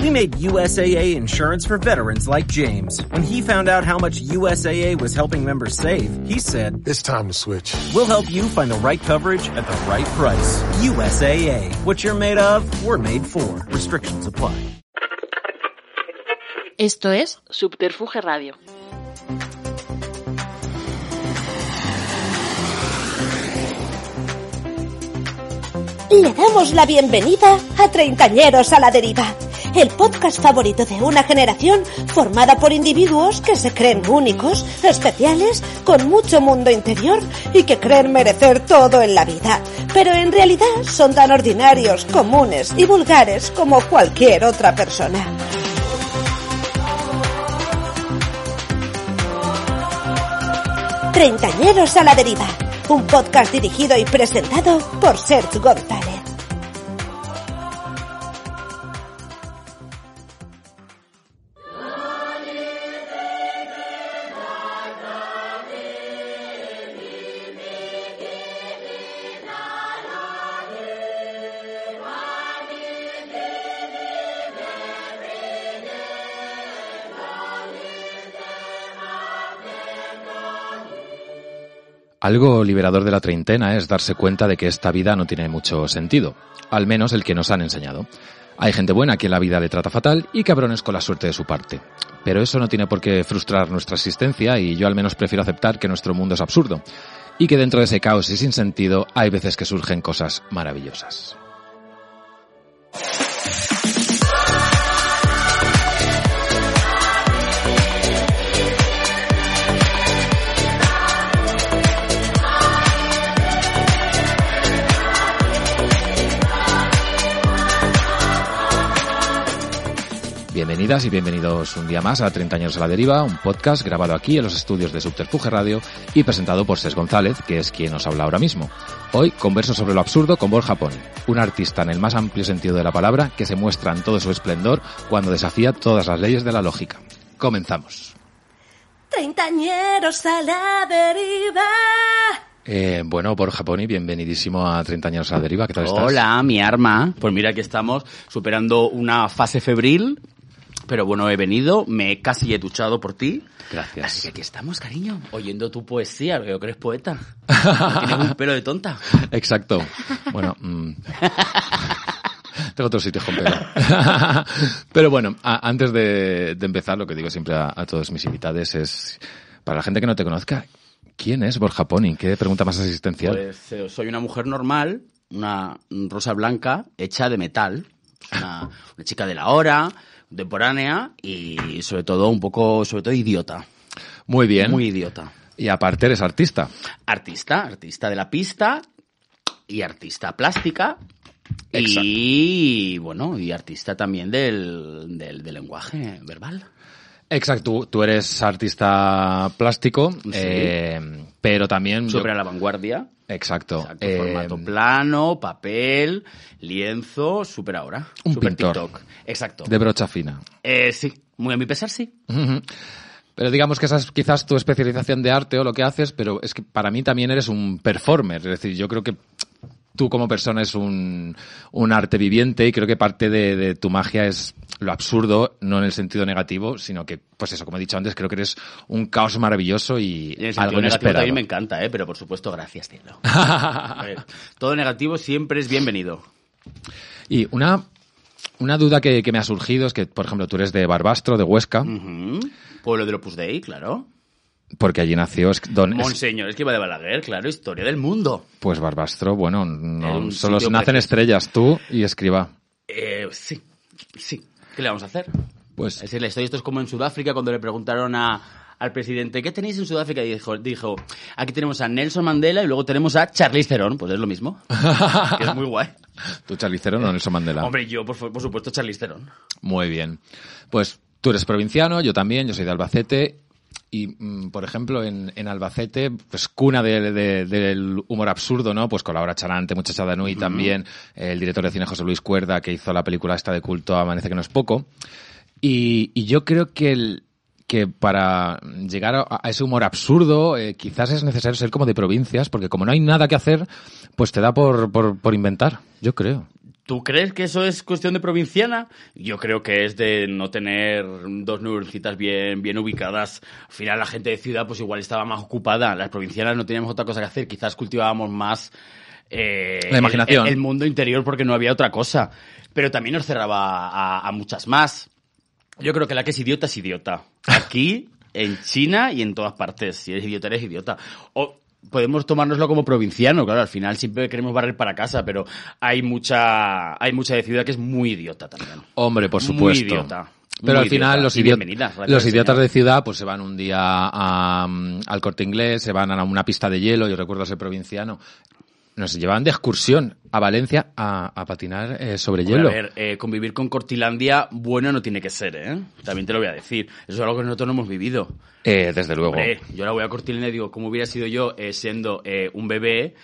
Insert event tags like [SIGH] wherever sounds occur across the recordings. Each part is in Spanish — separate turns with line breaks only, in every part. We made USAA insurance for veterans like James. When he found out how much USAA was helping members save, he said,
It's time to switch.
We'll help you find the right coverage at the right price. USAA. What you're made of, we're made for. Restrictions apply.
Esto es
Subterfuge Radio.
Le damos la bienvenida a Treintañeros a la Deriva, el podcast favorito de una generación formada por individuos que se creen únicos, especiales, con mucho mundo interior y que creen merecer todo en la vida, pero en realidad son tan ordinarios, comunes y vulgares como cualquier otra persona. Treintañeros a la Deriva, un podcast dirigido y presentado por Serge González.
Algo liberador de la treintena es darse cuenta de que esta vida no tiene mucho sentido, al menos el que nos han enseñado. Hay gente buena a quien la vida le trata fatal y cabrones con la suerte de su parte. Pero eso no tiene por qué frustrar nuestra existencia y yo al menos prefiero aceptar que nuestro mundo es absurdo y que dentro de ese caos y sin sentido hay veces que surgen cosas maravillosas. Bienvenidas y bienvenidos un día más a 30 años a la deriva, un podcast grabado aquí en los estudios de Subterfuge Radio y presentado por Ses González, que es quien nos habla ahora mismo. Hoy converso sobre lo absurdo con Borja Pony, un artista en el más amplio sentido de la palabra que se muestra en todo su esplendor cuando desafía todas las leyes de la lógica. Comenzamos.
Treintañeros a la Deriva.
Eh, bueno, Borja Pony, bienvenidísimo a 30 años a la deriva. ¿Qué tal estás?
Hola, mi arma. Pues mira que estamos superando una fase febril. Pero bueno, he venido, me casi he duchado por ti.
Gracias.
Así que aquí estamos, cariño, oyendo tu poesía, veo que eres [LAUGHS] poeta. Tienes un pelo de tonta.
Exacto. [LAUGHS] Bueno, mm. [LAUGHS] tengo otros sitios con pelo. [LAUGHS] Pero bueno, a- antes de, de empezar, lo que digo siempre a, a todos mis invitados es, para la gente que no te conozca, ¿quién es Borja Pony? ¿Qué pregunta más existencial?
Pues eh, soy una mujer normal, una rosa blanca hecha de metal. Una, una chica de la hora, contemporánea y sobre todo un poco, sobre todo idiota.
muy bien.
Muy idiota.
Y aparte eres artista.
artista, artista de la pista y artista plástica. Y bueno, y artista también del, del, del lenguaje verbal.
Exacto, tú, tú eres artista plástico,
Sí.
eh, pero también... yo-
Sobre la vanguardia.
Exacto.
Exacto,
eh,
formato plano, papel, lienzo, super ahora.
Un
super
pintor.
TikTok. Exacto.
de brocha fina.
Eh, sí, muy a mi pesar, sí.
Ujú. Pero digamos que esa es quizás tu especialización de arte o lo que haces, pero es que para mí también eres un performer. Es decir, yo creo que tú como persona es un, un arte viviente y creo que parte de, de tu magia es lo absurdo, no en el sentido negativo, sino que, pues eso, como he dicho antes, creo que eres un caos maravilloso y
Y en el
algo
sentido negativo
inesperado.
también me encanta, ¿eh? pero por supuesto, gracias,
[LAUGHS]
cielo. A ver, Todo negativo siempre es bienvenido.
Y una, una duda que, que me ha surgido es que, por ejemplo, tú eres de Barbastro, de Huesca,
Ujú. Pueblo del Opus Dei, claro.
porque allí nació es- don, es-
Monseñor, es que iba de Balaguer, claro, historia del mundo.
Pues Barbastro, bueno,
Era
no,
un
solo
sitio
nacen
precioso.
estrellas, tú y escriba.
Eh, sí, sí. ¿Qué le vamos a hacer?
Pues
Es decir, la historia, esto es como en Sudáfrica, cuando le preguntaron a- al presidente, ¿qué tenéis en Sudáfrica? Y dijo, dijo, aquí tenemos a Nelson Mandela y luego tenemos a Charlize Theron. Pues es lo [LAUGHS] mismo. Que es muy guay.
tú, Charlicero, no Nelson Mandela.
Hombre, yo, por, fa- por supuesto, Charlize Theron.
Muy bien. Pues tú eres provinciano, yo también, yo soy de Albacete. Y, mm, por ejemplo, en, en Albacete, pues cuna de- de- del humor absurdo, ¿no? Pues colabora Charante, Muchacha Danui también, el director de cine José Luis Cuerda, que hizo la película esta de culto Amanece que no es poco. Y, y yo creo que el que para llegar a, a ese humor absurdo eh, quizás es necesario ser como de provincias, porque como no hay nada que hacer, pues te da por, por, por inventar, yo creo.
¿Tú crees que eso es cuestión de provinciana? Yo creo que es de no tener dos neuroncitas bien, bien ubicadas. Al final la gente de ciudad pues igual estaba más ocupada. Las provincianas no teníamos otra cosa que hacer. Quizás cultivábamos más eh,
La imaginación.
El, el mundo interior porque no había otra cosa. Pero también nos cerraba a, a muchas más. Yo creo que la que es idiota es idiota. Aquí, en China y en todas partes. Si eres idiota, eres idiota. O podemos tomárnoslo como provinciano, claro, al final siempre queremos barrer para casa, pero hay mucha, hay mucha de ciudad que es muy idiota también.
Hombre, por
Muy
supuesto.
idiota.
Pero
Muy
al final
idiota.
los,
Y eh.
idiot-
bienvenida, Rafael
los idiotas
Señor.
de ciudad pues se van un día a, mm, al corte inglés, se van a una pista de hielo, yo recuerdo ser provinciano, nos llevaban de excursión a Valencia a, a patinar eh, sobre
Hombre,
hielo.
A ver, eh, convivir con Cortilandia bueno no tiene que ser, ¿eh? También te lo voy a decir. Eso es algo que nosotros no hemos vivido.
Eh, desde luego.
Hombre, yo la voy a Cortilandia y digo, ¿cómo hubiera sido yo eh, siendo eh, un bebé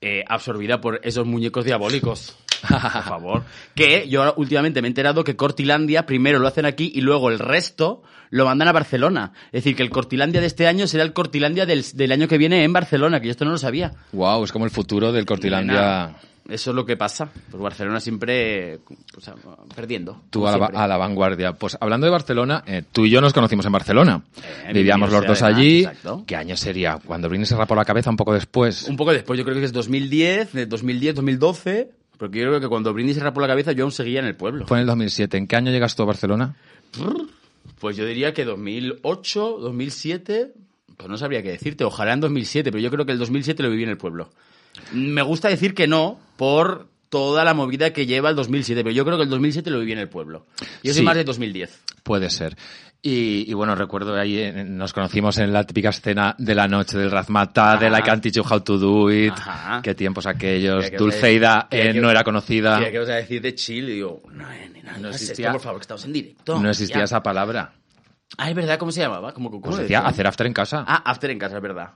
eh, absorbida por esos muñecos diabólicos?
[LAUGHS]
Por favor. Que yo ahora últimamente me he enterado que Cortilandia primero lo hacen aquí y luego el resto lo mandan a Barcelona. Es decir, que el Cortilandia de este año será el Cortilandia del, del año que viene en Barcelona, que yo esto no lo sabía.
Wow, es como el futuro del Cortilandia.
Nena, Eso es lo que pasa. Pues Barcelona siempre eh, o sea, perdiendo.
Tú
como
a la,
siempre.
va- a la vanguardia. Pues hablando de Barcelona, eh, tú y yo nos conocimos en Barcelona.
Eh,
Vivíamos los
vivíamos,
dos
además,
allí.
exacto.
¿Qué año sería? Cuando Britney se rapó la cabeza un poco después.
Un poco después, yo creo que es 2010, de 2010, 2012. Porque yo creo que cuando Brindis se rapó la cabeza, yo aún seguía en el pueblo.
Fue en el 2007. ¿En qué año llegas tú a Barcelona?
Pues yo diría que 2008, 2007, pues no sabría qué decirte. Ojalá en 2007, pero yo creo que el 2007 lo viví en el pueblo. Me gusta decir que no por toda la movida que lleva el 2007, pero yo creo que el 2007 lo viví en el pueblo. Yo soy
Sí.
más de 2010.
Puede ser. Y, y bueno, recuerdo ahí, eh, nos conocimos en la típica escena de la noche del Razmata, de la
Ajá.
Can't Teach You How to Do It.
Ajá.
Qué tiempos aquellos.
Mira, que os
Dulceida
vais- mira,
eh,
que
no
os-
era conocida.
Mira, ¿qué vas a decir de Chile? Y Digo, no, eh, nena, no,
No
no
existía-
por favor, que estamos en directo.
No existía
Ya.
esa palabra.
Ah, es verdad, ¿cómo se llamaba? ¿Cómo, cómo
Pues
le
decía
decían?
hacer after en casa.
Ah, After en casa, es verdad.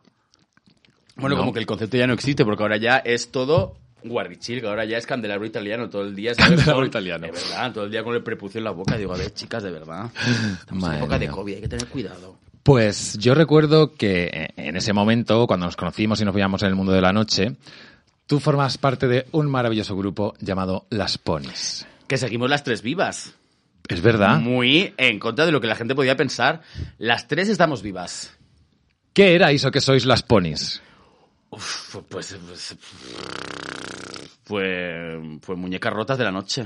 Bueno,
No.
como que el concepto ya no existe, porque ahora ya es todo guardichil, que ahora ya es candelabro italiano todo el día. ¿sabes?
Candelabro
Con-
italiano.
De verdad, todo el día con el prepucio en la boca. Digo, a ver, chicas, de
[LAUGHS]
verdad. Estamos
Madre
en época de
mía.
COVID, hay que tener cuidado.
Pues yo recuerdo que eh, en ese momento, cuando nos conocimos y nos veíamos en el mundo de la noche, tú formas parte de un maravilloso grupo llamado Las Ponis.
Que seguimos las tres vivas.
Es verdad.
Muy en contra de lo que la gente podía pensar. Las tres estamos vivas.
¿Qué erais o qué sois Las Ponis?
Uf, pues, pues, pues, pues muñecas rotas de la noche.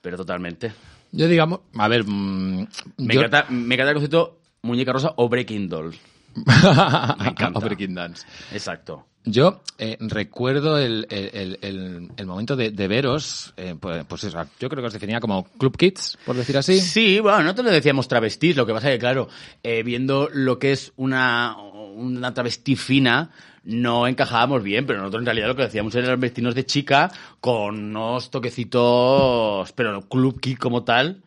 Pero totalmente.
Yo digamos, a ver, mm,
Me,
yo-
encanta, me encanta el concepto muñeca rosa o breaking doll.
[LAUGHS]
Me encanta.
O Breaking Ah, Dance.
Exacto.
Yo eh, recuerdo el, el- el- el- el momento de, de veros, eh, pues, pues eso, yo creo que os definía como Club Kids, por decir así.
Sí, bueno, nosotros le decíamos travestis, lo que pasa que, claro, eh, viendo lo que es una, una travesti fina, no encajábamos bien, pero nosotros en realidad lo que decíamos eran vestinos de chica con unos toquecitos, pero no club kick como tal,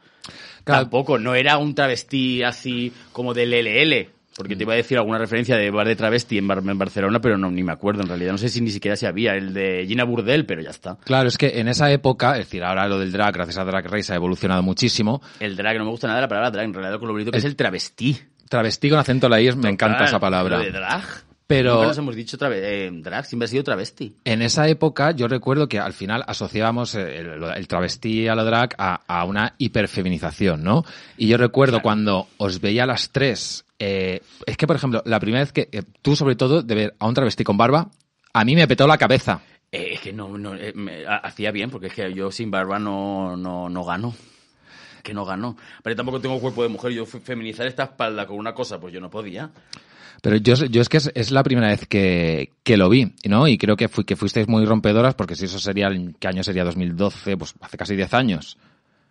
Claro.
tampoco, no era un travesti así como del LL. Porque te iba a decir alguna referencia de bar de travesti en, Bar- en Barcelona, pero no ni me acuerdo en realidad. No sé si ni siquiera se había el de Gina Burdel, pero ya está.
Claro, es que en esa época, es decir, ahora lo del drag, gracias a Drag Race, ha evolucionado muchísimo.
El drag, no me gusta nada la palabra drag, en realidad con lo bonito que
El-
es el travestí.
Travesti con acento a la I, es- me encanta
Claro,
esa palabra.
lo de drag.
Pero-
Nunca nos hemos dicho trabe- eh, drag, siempre ha sido travesti.
En esa época yo recuerdo que al final asociábamos eh, el, el travesti a la drag a, a una hiperfeminización, ¿no? Y yo recuerdo cuando os veía a las tres, eh, es que por ejemplo, la primera vez que eh, tú sobre todo de ver a un travesti con barba, a mí me petó la cabeza.
Eh, es que no, no, eh, me- ha- hacía bien, porque es que yo sin barba no, no, no gano. Que no gano. Pero tampoco tengo cuerpo de mujer, yo fe- feminizar esta espalda con una cosa, pues yo no podía.
Pero yo, yo es que es, es la primera vez que, que lo vi, ¿no? Y creo que, fui, que fuisteis muy rompedoras porque si eso sería, el- ¿qué año sería? 2012, pues hace casi 10 años.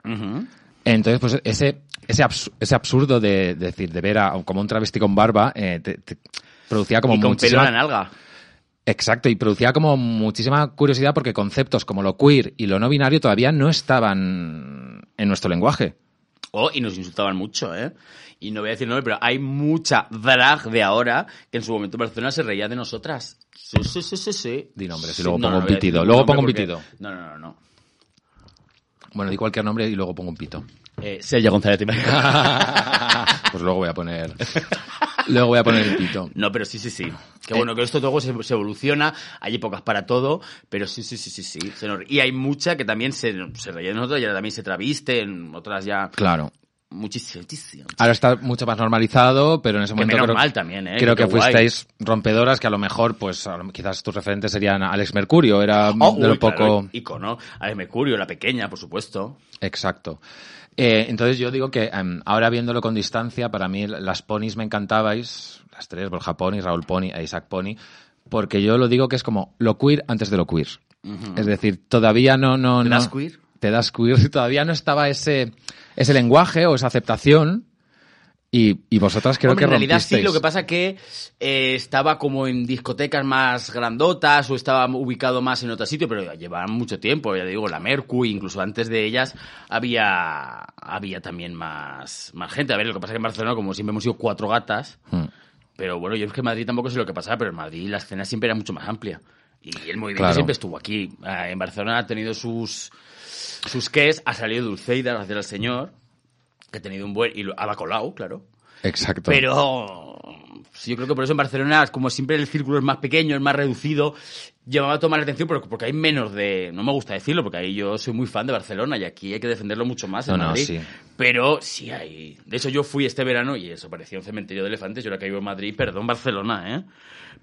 Ujú.
Entonces, pues ese, ese, abs- ese absurdo de, de decir, de ver a como un travesti con barba, eh, te, te producía como
y con pelo en
muchísima...
la nalga.
exacto, y producía como muchísima curiosidad porque conceptos como lo queer y lo no binario todavía no estaban en nuestro lenguaje.
Oh, y nos insultaban mucho, ¿eh? Y no voy a decir nombre, pero hay mucha drag de ahora que en su momento en Barcelona se reía de nosotras. Sí, sí, sí, sí, sí.
Di nombres y
Sí,
luego pongo un
voy a decir
pitido, luego
nombre
pongo un
porque-
pitido.
No, no, no, no.
Bueno, di cualquier nombre y luego pongo un pito.
Eh, Celia González.
pues luego voy a poner... Luego voy a poner el pito.
[LAUGHS] No, pero sí, sí, sí.
Eh.
Que bueno, que esto luego se, se evoluciona, hay épocas para todo, pero sí, sí, sí, sí, sí. se nos- y hay mucha que también se, se rellena en otras, ya también se traviste, en otras ya...
Claro.
Muchísimo, muchísimo.
Ahora está mucho más normalizado, pero en ese
Que
momento
menos
creo,
mal también, ¿eh?
creo que
Qué guay.
fuisteis rompedoras, que a lo mejor, pues, a lo- quizás tus referentes serían Alex Mercurio, era
Oh,
Ah, de lo
uy, claro,
poco...
icono. A ver, Mercurio, la pequeña, por supuesto.
Exacto. Eh, entonces yo digo que em, ahora viéndolo con distancia, para mí las ponis me encantabais, las tres, Borja Pony, Raúl Pony e Isaac Pony, porque yo lo digo que es como lo queer antes de lo queer. Es decir, todavía no... no
¿Te
no-
das queer?
Te das queer. [LAUGHS] Todavía no estaba ese, ese lenguaje o esa aceptación y, y vosotras creo
Hombre,
que
en realidad sí,
rompisteis.
lo que pasa que eh, estaba como en discotecas más grandotas o estaba ubicado más en otro sitio, pero ya llevaban mucho tiempo, ya digo, la Mercu, incluso antes de ellas había, había también más, más gente. A ver, lo que pasa que en Barcelona, como siempre hemos sido cuatro gatas,
Mm.
pero bueno, yo es que en Madrid tampoco sé lo que pasaba, pero en Madrid la escena siempre era mucho más amplia. Y el movimiento
Claro.
siempre estuvo aquí. Ah, En Barcelona ha tenido sus, sus es ha salido Dulceida, gracias al señor, que ha tenido un buen... Y lo- Ada Colau, claro.
Exacto.
Pero sí, yo creo que por eso en Barcelona, como siempre el círculo es más pequeño, es más reducido, llamaba a tomar la atención porque, porque hay menos de... No me gusta decirlo, porque ahí yo soy muy fan de Barcelona y aquí hay que defenderlo mucho más.
No,
en
no,
Madrid.
sí.
Pero sí hay... De hecho, yo fui este verano y eso parecía un cementerio de elefantes. Yo ahora que vivo en Madrid, perdón Barcelona, ¿eh?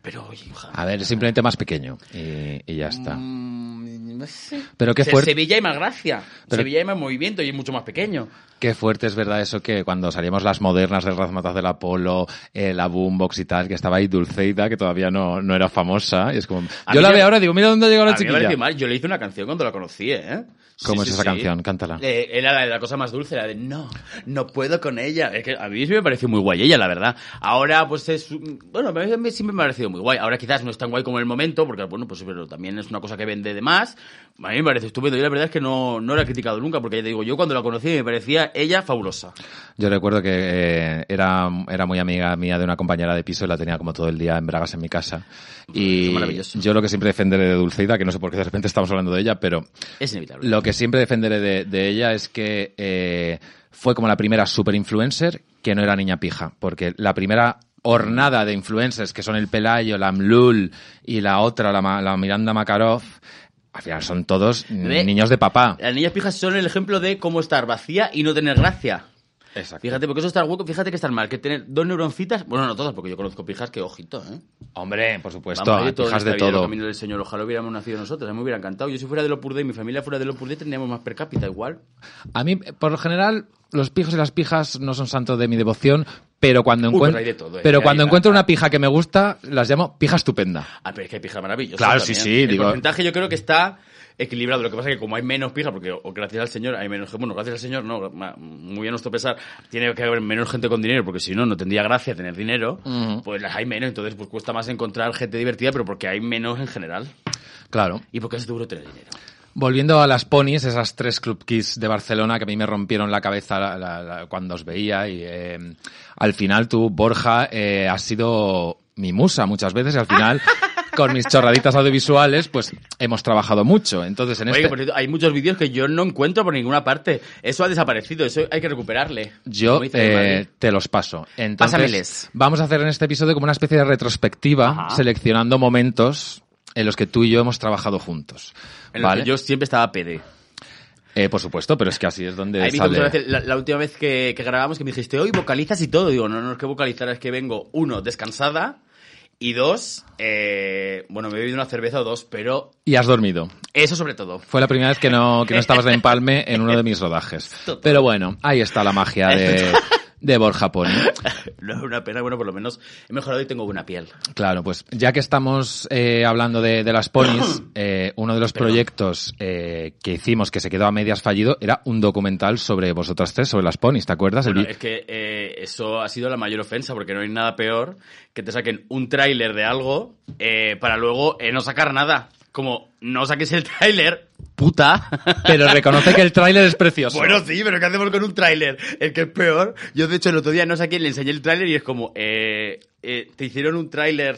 Pero, oye, hija,
A ver, simplemente más pequeño y, y Ah, ya está.
mm, no sé.
Pero qué
Se-
fuerte.
Sevilla hay más gracia.
Pero-
Sevilla hay más movimiento y es mucho más pequeño.
Qué fuerte es verdad eso que cuando salíamos las modernas del Razmataz del Apolo, eh, la Boombox y tal, que estaba ahí Dulceida, que todavía no, no era famosa. Y es como,
A
yo
mí
la
me-
veo ahora y digo, mira dónde llegó
A
la
mí me
chiquilla.
pareció mal. Yo le hice una canción cuando la conocí, ¿eh?
¿Cómo es esa canción? Cántala.
Eh, era la de la cosa más dulce, la de no, no puedo con ella. Es que a mí sí me pareció muy guay ella, la verdad. Ahora, pues es. un- Bueno, a mí siempre me ha parecido muy guay. Ahora quizás no es tan guay como en el momento, porque bueno, pues pero también es una cosa que vende de más. A mí me parece estupendo. Yo la verdad es que no, no la he criticado nunca, porque ya te digo, yo cuando la conocí me parecía ella fabulosa.
Yo recuerdo que eh, era, era muy amiga mía de una compañera de piso y la tenía como todo el día en bragas en mi casa.
Qué
Y
maravilloso.
yo lo que siempre defenderé de Dulceida, que no sé por qué de repente estamos hablando de ella, pero
Es inevitable.
Lo que siempre defenderé de, de ella es que eh, fue como la primera super influencer que no era niña pija, porque la primera hornada de influencers que son el Pelayo, la Mlul y la otra, la, Ma- la Miranda Makarov, al final son todos
Ve-
niños de papá.
Las niñas pijas son el ejemplo de cómo estar vacía y no tener gracia.
Exacto.
Fíjate, porque eso está hueco, fíjate que está mal, que tener dos neuroncitas, bueno, no todas, porque yo conozco pijas que ojito, ¿eh?
Hombre, por supuesto,
Vamos, hay
hay
todo en
pijas
esta
ah, de
vida, el
todo.
camino del Señor, ojalá hubiéramos nacido nosotros, a mí me hubiera encantado. Yo si fuera de Lopurde y mi familia fuera de Lopurde tendríamos más per cápita igual.
A mí, por lo general, los pijos y las pijas no son santos de mi devoción, pero cuando
Uy, pero
encuentro,
hay de todo, ¿eh?
pero
Hay
cuando
la-
encuentro una pija que me gusta, las llamo pija estupenda.
Ah, pero es que hay pijas maravillosas.
Claro, sí,
también.
sí,
El
digo-
porcentaje yo creo que está equilibrado. Lo que pasa es que como hay menos pijas, porque o- gracias al Señor hay menos... Bueno, gracias al Señor no, ma- muy a nuestro pesar, tiene que haber menos gente con dinero, porque si no, no tendría gracia tener dinero. Pues las hay menos, entonces pues cuesta más encontrar gente divertida, pero porque hay menos en general.
Claro.
Y porque es duro tener dinero.
Volviendo a las ponis, esas tres club kids de Barcelona que a mí me rompieron la cabeza la- la- la- cuando os veía y eh, al final tú, Borja, eh, has sido mi musa muchas veces y al final con mis chorraditas audiovisuales pues hemos trabajado mucho. Entonces en
Oye,
este...
por cierto, hay muchos vídeos que yo no encuentro por ninguna parte. Eso ha desaparecido, eso hay que recuperarle.
Yo
Como dicen en
eh,
Madrid.
te los paso. Entonces,
Pásameles.
vamos a hacer en este episodio como una especie de retrospectiva,
Ajá.
seleccionando momentos en los que tú y yo hemos trabajado juntos.
En los
¿Vale?
que yo siempre estaba pede.
Eh, por supuesto, pero es que así es donde
Ahí vi
sale-
muchas veces, la, la última vez que, que grabamos que me dijiste, hoy vocalizas y todo. Digo, no, no es que vocalizar, es que vengo, uno, descansada, y dos, eh, bueno, me he bebido una cerveza o dos, pero
Y has dormido.
eso sobre todo. [LAUGHS]
Fue la primera vez que no, que no estabas de empalme en uno de mis rodajes.
Total.
Pero bueno, ahí está la magia
[LAUGHS]
de, de Borja Pony.
No es una pena, bueno, por lo menos he mejorado y tengo buena piel.
Claro, pues ya que estamos eh, hablando de, de las
[CLEARS THROAT]
ponis, eh, uno de los proyectos eh, que hicimos que se quedó a medias fallido era un documental sobre vosotras tres, sobre las ponis, ¿te acuerdas? El
Bueno,
vi-
es que eh, eso ha sido la mayor ofensa, porque no hay nada peor que te saquen un tráiler de algo eh, para luego eh, no sacar nada. Como, no saques el tráiler, puta.
Pero reconoce que el tráiler es precioso.
[LAUGHS] Bueno, sí, pero ¿qué hacemos con un tráiler? El que es peor. Yo, de hecho, el otro día no sé a quién le enseñé el tráiler y es como, eh, eh, te hicieron un tráiler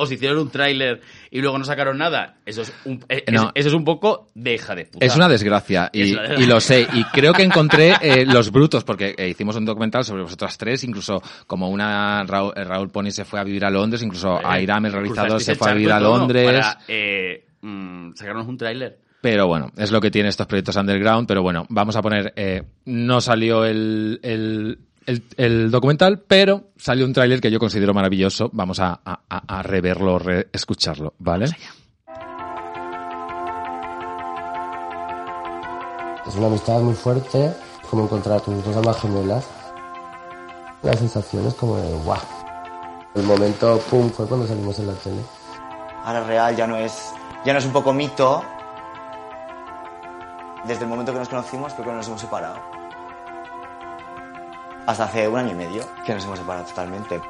os hicieron un tráiler y luego no sacaron nada, eso es un, eh,
No.
eso- eso es un poco de hija de puta.
Es una desgracia, y,
Es una desgracia.
y lo sé. Y creo que
[LAUGHS]
encontré eh, los brutos, porque eh, hicimos un documental sobre vosotras tres, incluso como una Raúl, eh, Raúl Pony se fue a vivir a Londres, incluso Airam, el realizador,
Eh, Cruzasteis
se
el
fue a
charco
vivir
y
a
todo
Londres.
Para eh, mm, sacarnos un tráiler.
Pero bueno, es lo que tiene estos proyectos underground. Pero bueno, vamos a poner. eh, no salió el, el, el- el documental, pero salió un tráiler que yo considero maravilloso. Vamos a, a- a- a reverlo, re- escucharlo, ¿vale?
Es una amistad muy fuerte, como encontrar a tus dos almas gemelas. La sensación es como de guau. El momento, pum, fue cuando salimos en la tele.
ahora es real, ya no es, ya no es un poco mito. Desde el momento que nos conocimos creo que nos hemos separado. Hasta hace un año y medio que nos hemos separado totalmente.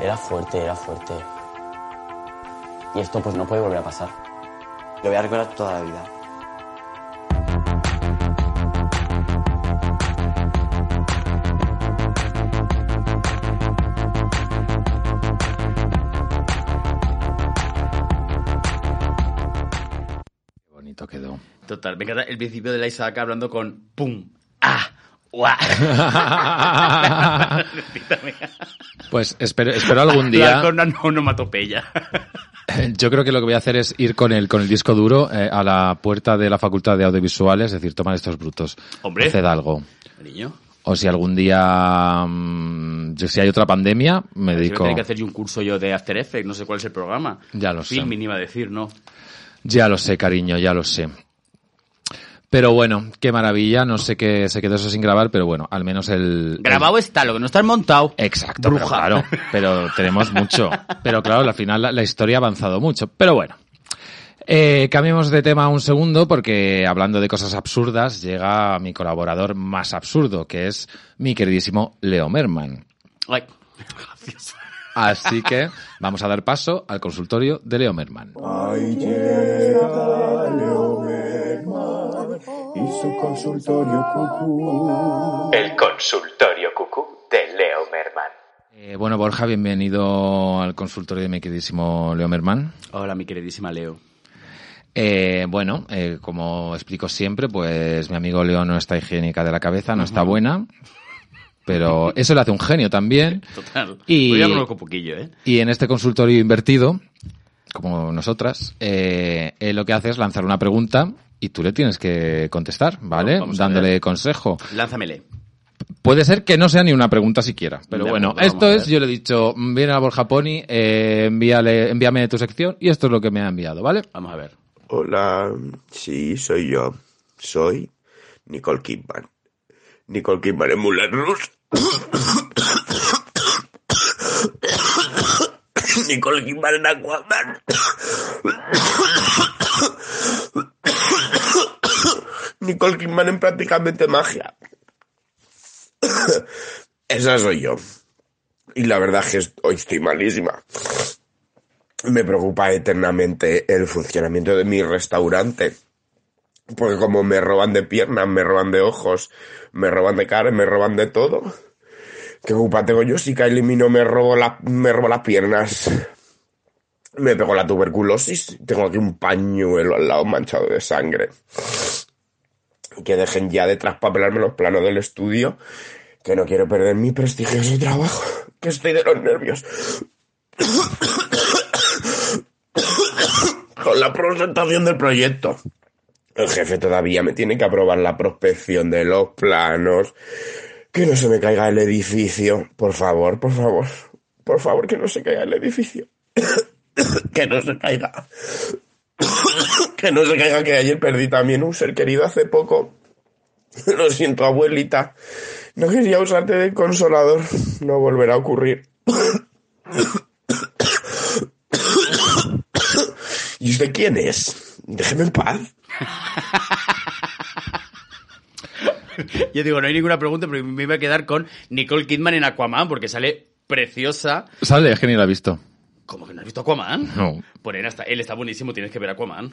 Era fuerte, era fuerte. Y esto pues no puede volver a pasar.
Lo voy a recordar toda la vida.
Qué bonito quedó. [LAUGHS]
Total, me encanta el principio de la Isaac hablando con pum, ah, guau.
[LAUGHS] Pues espero, espero algún
Hablar
día.
Con una onomatopeya.
[LAUGHS] Yo creo que lo que voy a hacer es ir con el, con el disco duro eh, a la puerta de la Facultad de Audiovisuales, es decir, tomar estos brutos.
Hombre.
Haced algo.
Niño,
O si algún día, mm, yo- si hay otra pandemia, me dedico.
Tengo que hacer yo un curso yo de After Effects, no sé cuál es el programa.
Ya lo sé.
Filmin iba a decir, ¿no?
Ya lo sé, cariño, ya lo sé. Pero bueno, qué maravilla. No sé qué se quedó eso sin grabar, pero bueno, al menos el.
Grabado está, lo que no está es montado.
el- Exacto, pero
Bruja.
claro. Pero tenemos mucho. Pero claro, al final la, la historia ha avanzado mucho. Pero bueno. Eh, cambiemos de tema un segundo porque hablando de cosas absurdas llega mi colaborador más absurdo, que es mi queridísimo Leo Merman.
[LAUGHS] Ay,
Así que vamos a dar paso al consultorio de Leo Merman.
Ahí llega Leo Bergman y su consultorio cucú.
El consultorio cucú de Leo Merman.
Eh, bueno, Borja, bienvenido al consultorio de mi queridísimo Leo Merman.
Hola, mi queridísima Leo.
Eh, bueno, eh, como explico siempre, pues mi amigo Leo no está higiénica de la cabeza, no está buena, pero eso le hace un genio también.
[LAUGHS] Total.
Y-
Pues yo ya conozco poquillo, ¿eh?
Y en este consultorio invertido, como nosotras, eh, él lo que hace es lanzar una pregunta y tú le tienes que contestar, ¿vale?
Vamos a
Dándole
ver.
consejo.
Lánzamele.
Puede ser que no sea ni una pregunta siquiera. Pero
Vamos,
bueno,
vamos
esto
a
es,
ver.
yo le he dicho, mm, viene a Borja Pony, eh, envíale, envíame tu sección y esto es lo que me ha enviado, ¿vale?
Vamos a ver.
Hola, sí, soy yo. Soy Nicole Kidman. Nicole Kidman en Moulin Rouge. [COUGHS] Nicole Kidman en Aquaman. [COUGHS] Nicole Kidman en prácticamente magia. [COUGHS] Esa soy yo. Y la verdad es que est- hoy estoy malísima. Me preocupa eternamente el funcionamiento de mi restaurante. Porque como me roban de piernas, me roban de ojos, me roban de cara, me roban de todo. ¿Qué culpa tengo yo si Kylie Minogue me robo, la- me robo las piernas? Me pegó la tuberculosis. Tengo aquí un pañuelo al lado manchado de sangre. Que dejen ya de traspapelarme los planos del estudio. Que no quiero perder mi prestigioso trabajo. Que estoy de los nervios. [COUGHS] con la presentación del proyecto. El jefe todavía me tiene que aprobar la prospección de los planos. Que no se me caiga el edificio. Por favor, por favor. Por favor, que no se caiga el edificio. [COUGHS] que no se caiga. que no se caiga que ayer perdí también un ser querido hace poco. [LAUGHS] Lo siento, abuelita. No quería usarte de consolador. No volverá a ocurrir. [COUGHS] ¿Y usted quién es? Déjeme en paz.
Yo digo, no hay ninguna pregunta, pero me iba a quedar con Nicole Kidman en Aquaman, porque sale preciosa.
Sale, es que ni la he visto.
¿Cómo que no has visto Aquaman? Pues
No.
Por él, está, él está buenísimo, tienes que ver Aquaman.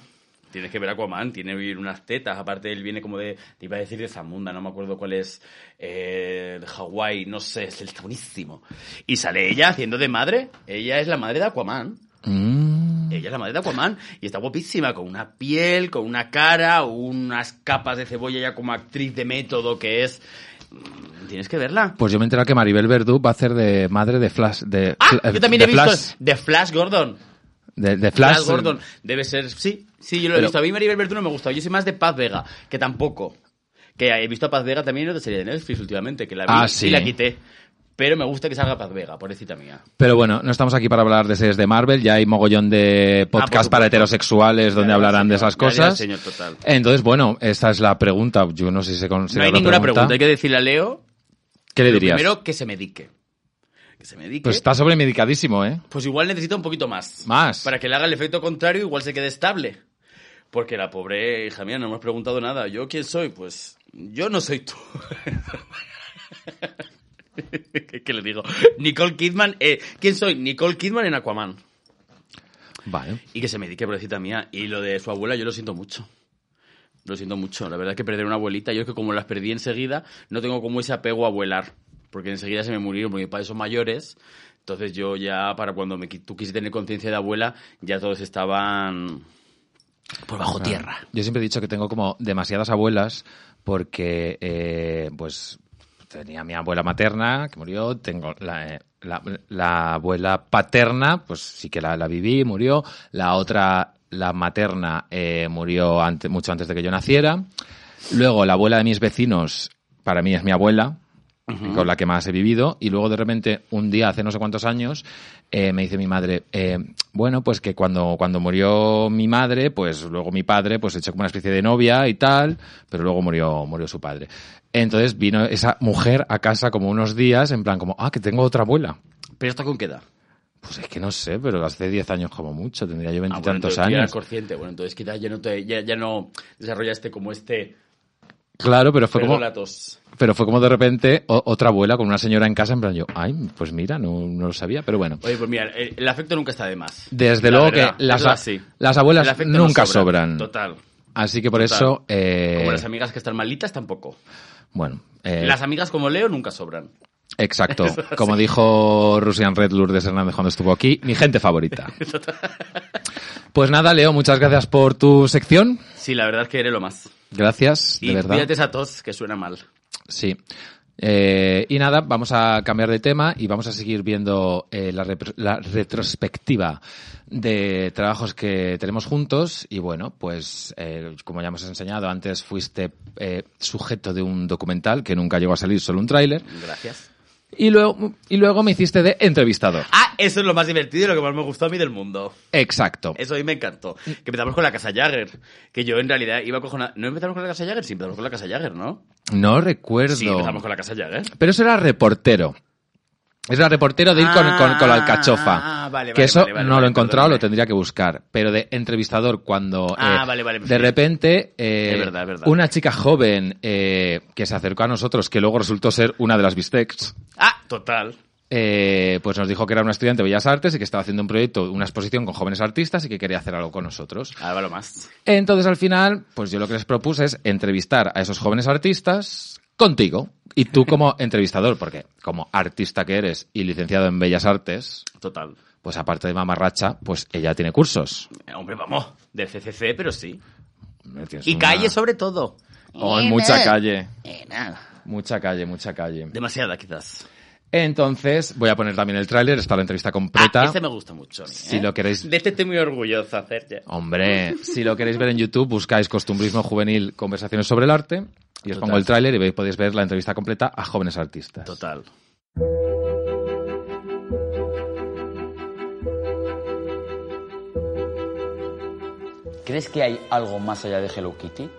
Tienes que ver Aquaman, tiene bien unas tetas, aparte él viene como de, te iba a decir de Zamunda, no me acuerdo cuál es, eh, de Hawái, no sé, es el buenísimo. Y sale ella haciendo de madre, ella es la madre de Aquaman.
Mm.
Ella es la madre de Aquaman y está guapísima, con una piel, con una cara, unas capas de cebolla ya como actriz de método que es. Mm, Tienes que verla.
Pues yo me he enterado que Maribel Verdú va a hacer de madre de Flash. De,
Ah,
eh,
yo también
de
he visto
Flash,
de Flash Gordon.
de, de
Flash,
Flash.
Gordon debe ser, sí, sí, yo lo he
Pero-
visto. A mí Maribel Verdú no me gusta. Yo soy más de Paz Vega, que tampoco. Que he visto a Paz Vega también en otra serie de Netflix últimamente, que la vi
Ah, sí.
y la quité. Pero me gusta que salga Paz Vega, pobrecita mía.
Pero bueno, no estamos aquí para hablar de series de Marvel. Ya hay mogollón de
Ah, por
podcasts
supuesto.
para heterosexuales donde
Ya,
hablarán de
señor,
esas
ya, ya,
cosas.
señor, total.
Entonces, bueno, esta es la pregunta. Yo no sé si se considera
no hay
la
ninguna pregunta. hay que decirle a Leo,
¿Qué le
lo
dirías?
primero, que se medique. Que se medique.
Pues está sobremedicadísimo, ¿eh?
Pues igual necesita un poquito más.
Más.
Para que le haga el efecto contrario, igual se quede estable. Porque la pobre hija mía no me has preguntado nada. ¿Yo quién soy? Pues yo no soy tú. [LAUGHS] ¿Qué, qué le digo? Nicole Kidman. eh, ¿Quién soy? Nicole Kidman en Aquaman.
Vale.
Y que se medique, pobrecita mía. Y lo de su abuela, yo lo siento mucho. Lo siento mucho. La verdad es que perder una abuelita, yo es que como las perdí enseguida, no tengo como ese apego a abuelar. Porque enseguida se me murieron, porque mis padres son mayores. Entonces yo ya, para cuando me, qui- tú quise tener conciencia de abuela, ya todos estaban por
Ah.
bajo tierra.
Yo siempre he dicho que tengo como demasiadas abuelas porque, eh, pues, tenía mi abuela materna que murió, tengo la, eh, la- la abuela paterna, pues sí que la, la viví, murió, la otra, la materna, eh, murió ante- mucho antes de que yo naciera. Luego, la abuela de mis vecinos, para mí es mi abuela, con la que más he vivido. Y luego, de repente, un día, hace no sé cuántos años, eh, me dice mi madre, eh, bueno, pues que cuando, cuando murió mi madre, pues luego mi padre, pues se echó como una especie de novia y tal, pero luego murió, murió su padre. Entonces vino esa mujer a casa como unos días, en plan como, ah, que tengo otra abuela.
¿Pero esto con qué edad? Ah,
Pues es que no sé, pero hace 10 años como mucho, tendría yo
Ah, bueno,
veintitantos
entonces tú ya eras
años.
consciente. Bueno, entonces quizás ya no, te, ya, ya no desarrollaste como este...
Claro, pero fue como...
Perdón, la tos.
Pero fue como de repente o- otra abuela con una señora en casa, en plan yo, ay, pues mira, no, no lo sabía, pero bueno.
Oye, pues mira, el, el afecto nunca está de más.
Desde
La
luego
verdad,
que las,
eso es así.
las
El
abuelas
afecto no
nunca
sobra.
sobran.
Total.
Así que por
Total.
eso, eh,
Como las amigas que están malitas tampoco.
bueno, eh,
Las amigas como Leo nunca sobran.
exacto.
[LAUGHS]
Como dijo Rusian Red Lourdes Hernández cuando estuvo aquí, mi gente
[LAUGHS]
favorita. Pues nada, Leo, muchas gracias por tu sección.
Sí, la verdad es que eres lo más.
Gracias,
Y
de verdad.
cuídate esa tos que suena mal.
Sí. Eh, y nada, vamos a cambiar de tema y vamos a seguir viendo eh, la, repr- la retrospectiva de trabajos que tenemos juntos. Y bueno, pues eh, como ya hemos enseñado, antes fuiste eh, sujeto de un documental que nunca llegó a salir, solo un tráiler.
Gracias.
Y luego, y luego me hiciste de entrevistador.
Ah, eso es lo más divertido y lo que más me gustó a mí del mundo.
Exacto.
Eso a mí me encantó. Que empezamos con la Casa Jagger. Que yo en realidad iba a cojonar. ¿No empezamos con la Casa Jagger? Sí, empezamos con la Casa Jagger, ¿no?
No recuerdo.
Sí, empezamos con la Casa Jagger.
Pero eso era reportero. Eso era reportero de ir con,
Ah,
con- con la alcachofa.
ah, vale,
que
vale,
eso
vale, vale,
no lo
vale,
he encontrado,
perdóname.
lo tendría que buscar. Pero de entrevistador, cuando
Ah,
eh,
vale, vale,
de
sí.
repente eh,
Es verdad, es verdad.
una chica joven eh, que se acercó a nosotros, que luego resultó ser una de las bistecs,
Ah, total.
eh, pues nos dijo que era una estudiante de Bellas Artes y que estaba haciendo un proyecto, una exposición con jóvenes artistas y que quería hacer algo con nosotros.
Ahora va lo más.
Entonces, al final, pues yo lo que les propuse es entrevistar a esos jóvenes artistas contigo. Y tú [LAUGHS] como entrevistador, porque como artista que eres y licenciado en Bellas Artes,
Total.
pues aparte de mamarracha, pues ella tiene cursos.
Eh, Hombre, vamos. Del CCC, pero sí.
Tienes
Y
una-
calle sobre todo.
Oh, mucha calle.
Eh, nada.
Mucha calle, mucha calle.
Demasiada, quizás.
Entonces, voy a poner también el tráiler, está la entrevista completa.
Ah, este me gusta mucho. a mí,
Si
¿eh?
lo queréis-
De este estoy muy orgullosa, Sergio.
Hombre, si lo queréis ver en YouTube, buscáis Costumbrismo Juvenil, Conversaciones sobre el Arte, y os
Total.
pongo el tráiler y veis- podéis ver la entrevista completa a jóvenes artistas.
Total.
¿Crees que hay algo más allá de Hello Kitty?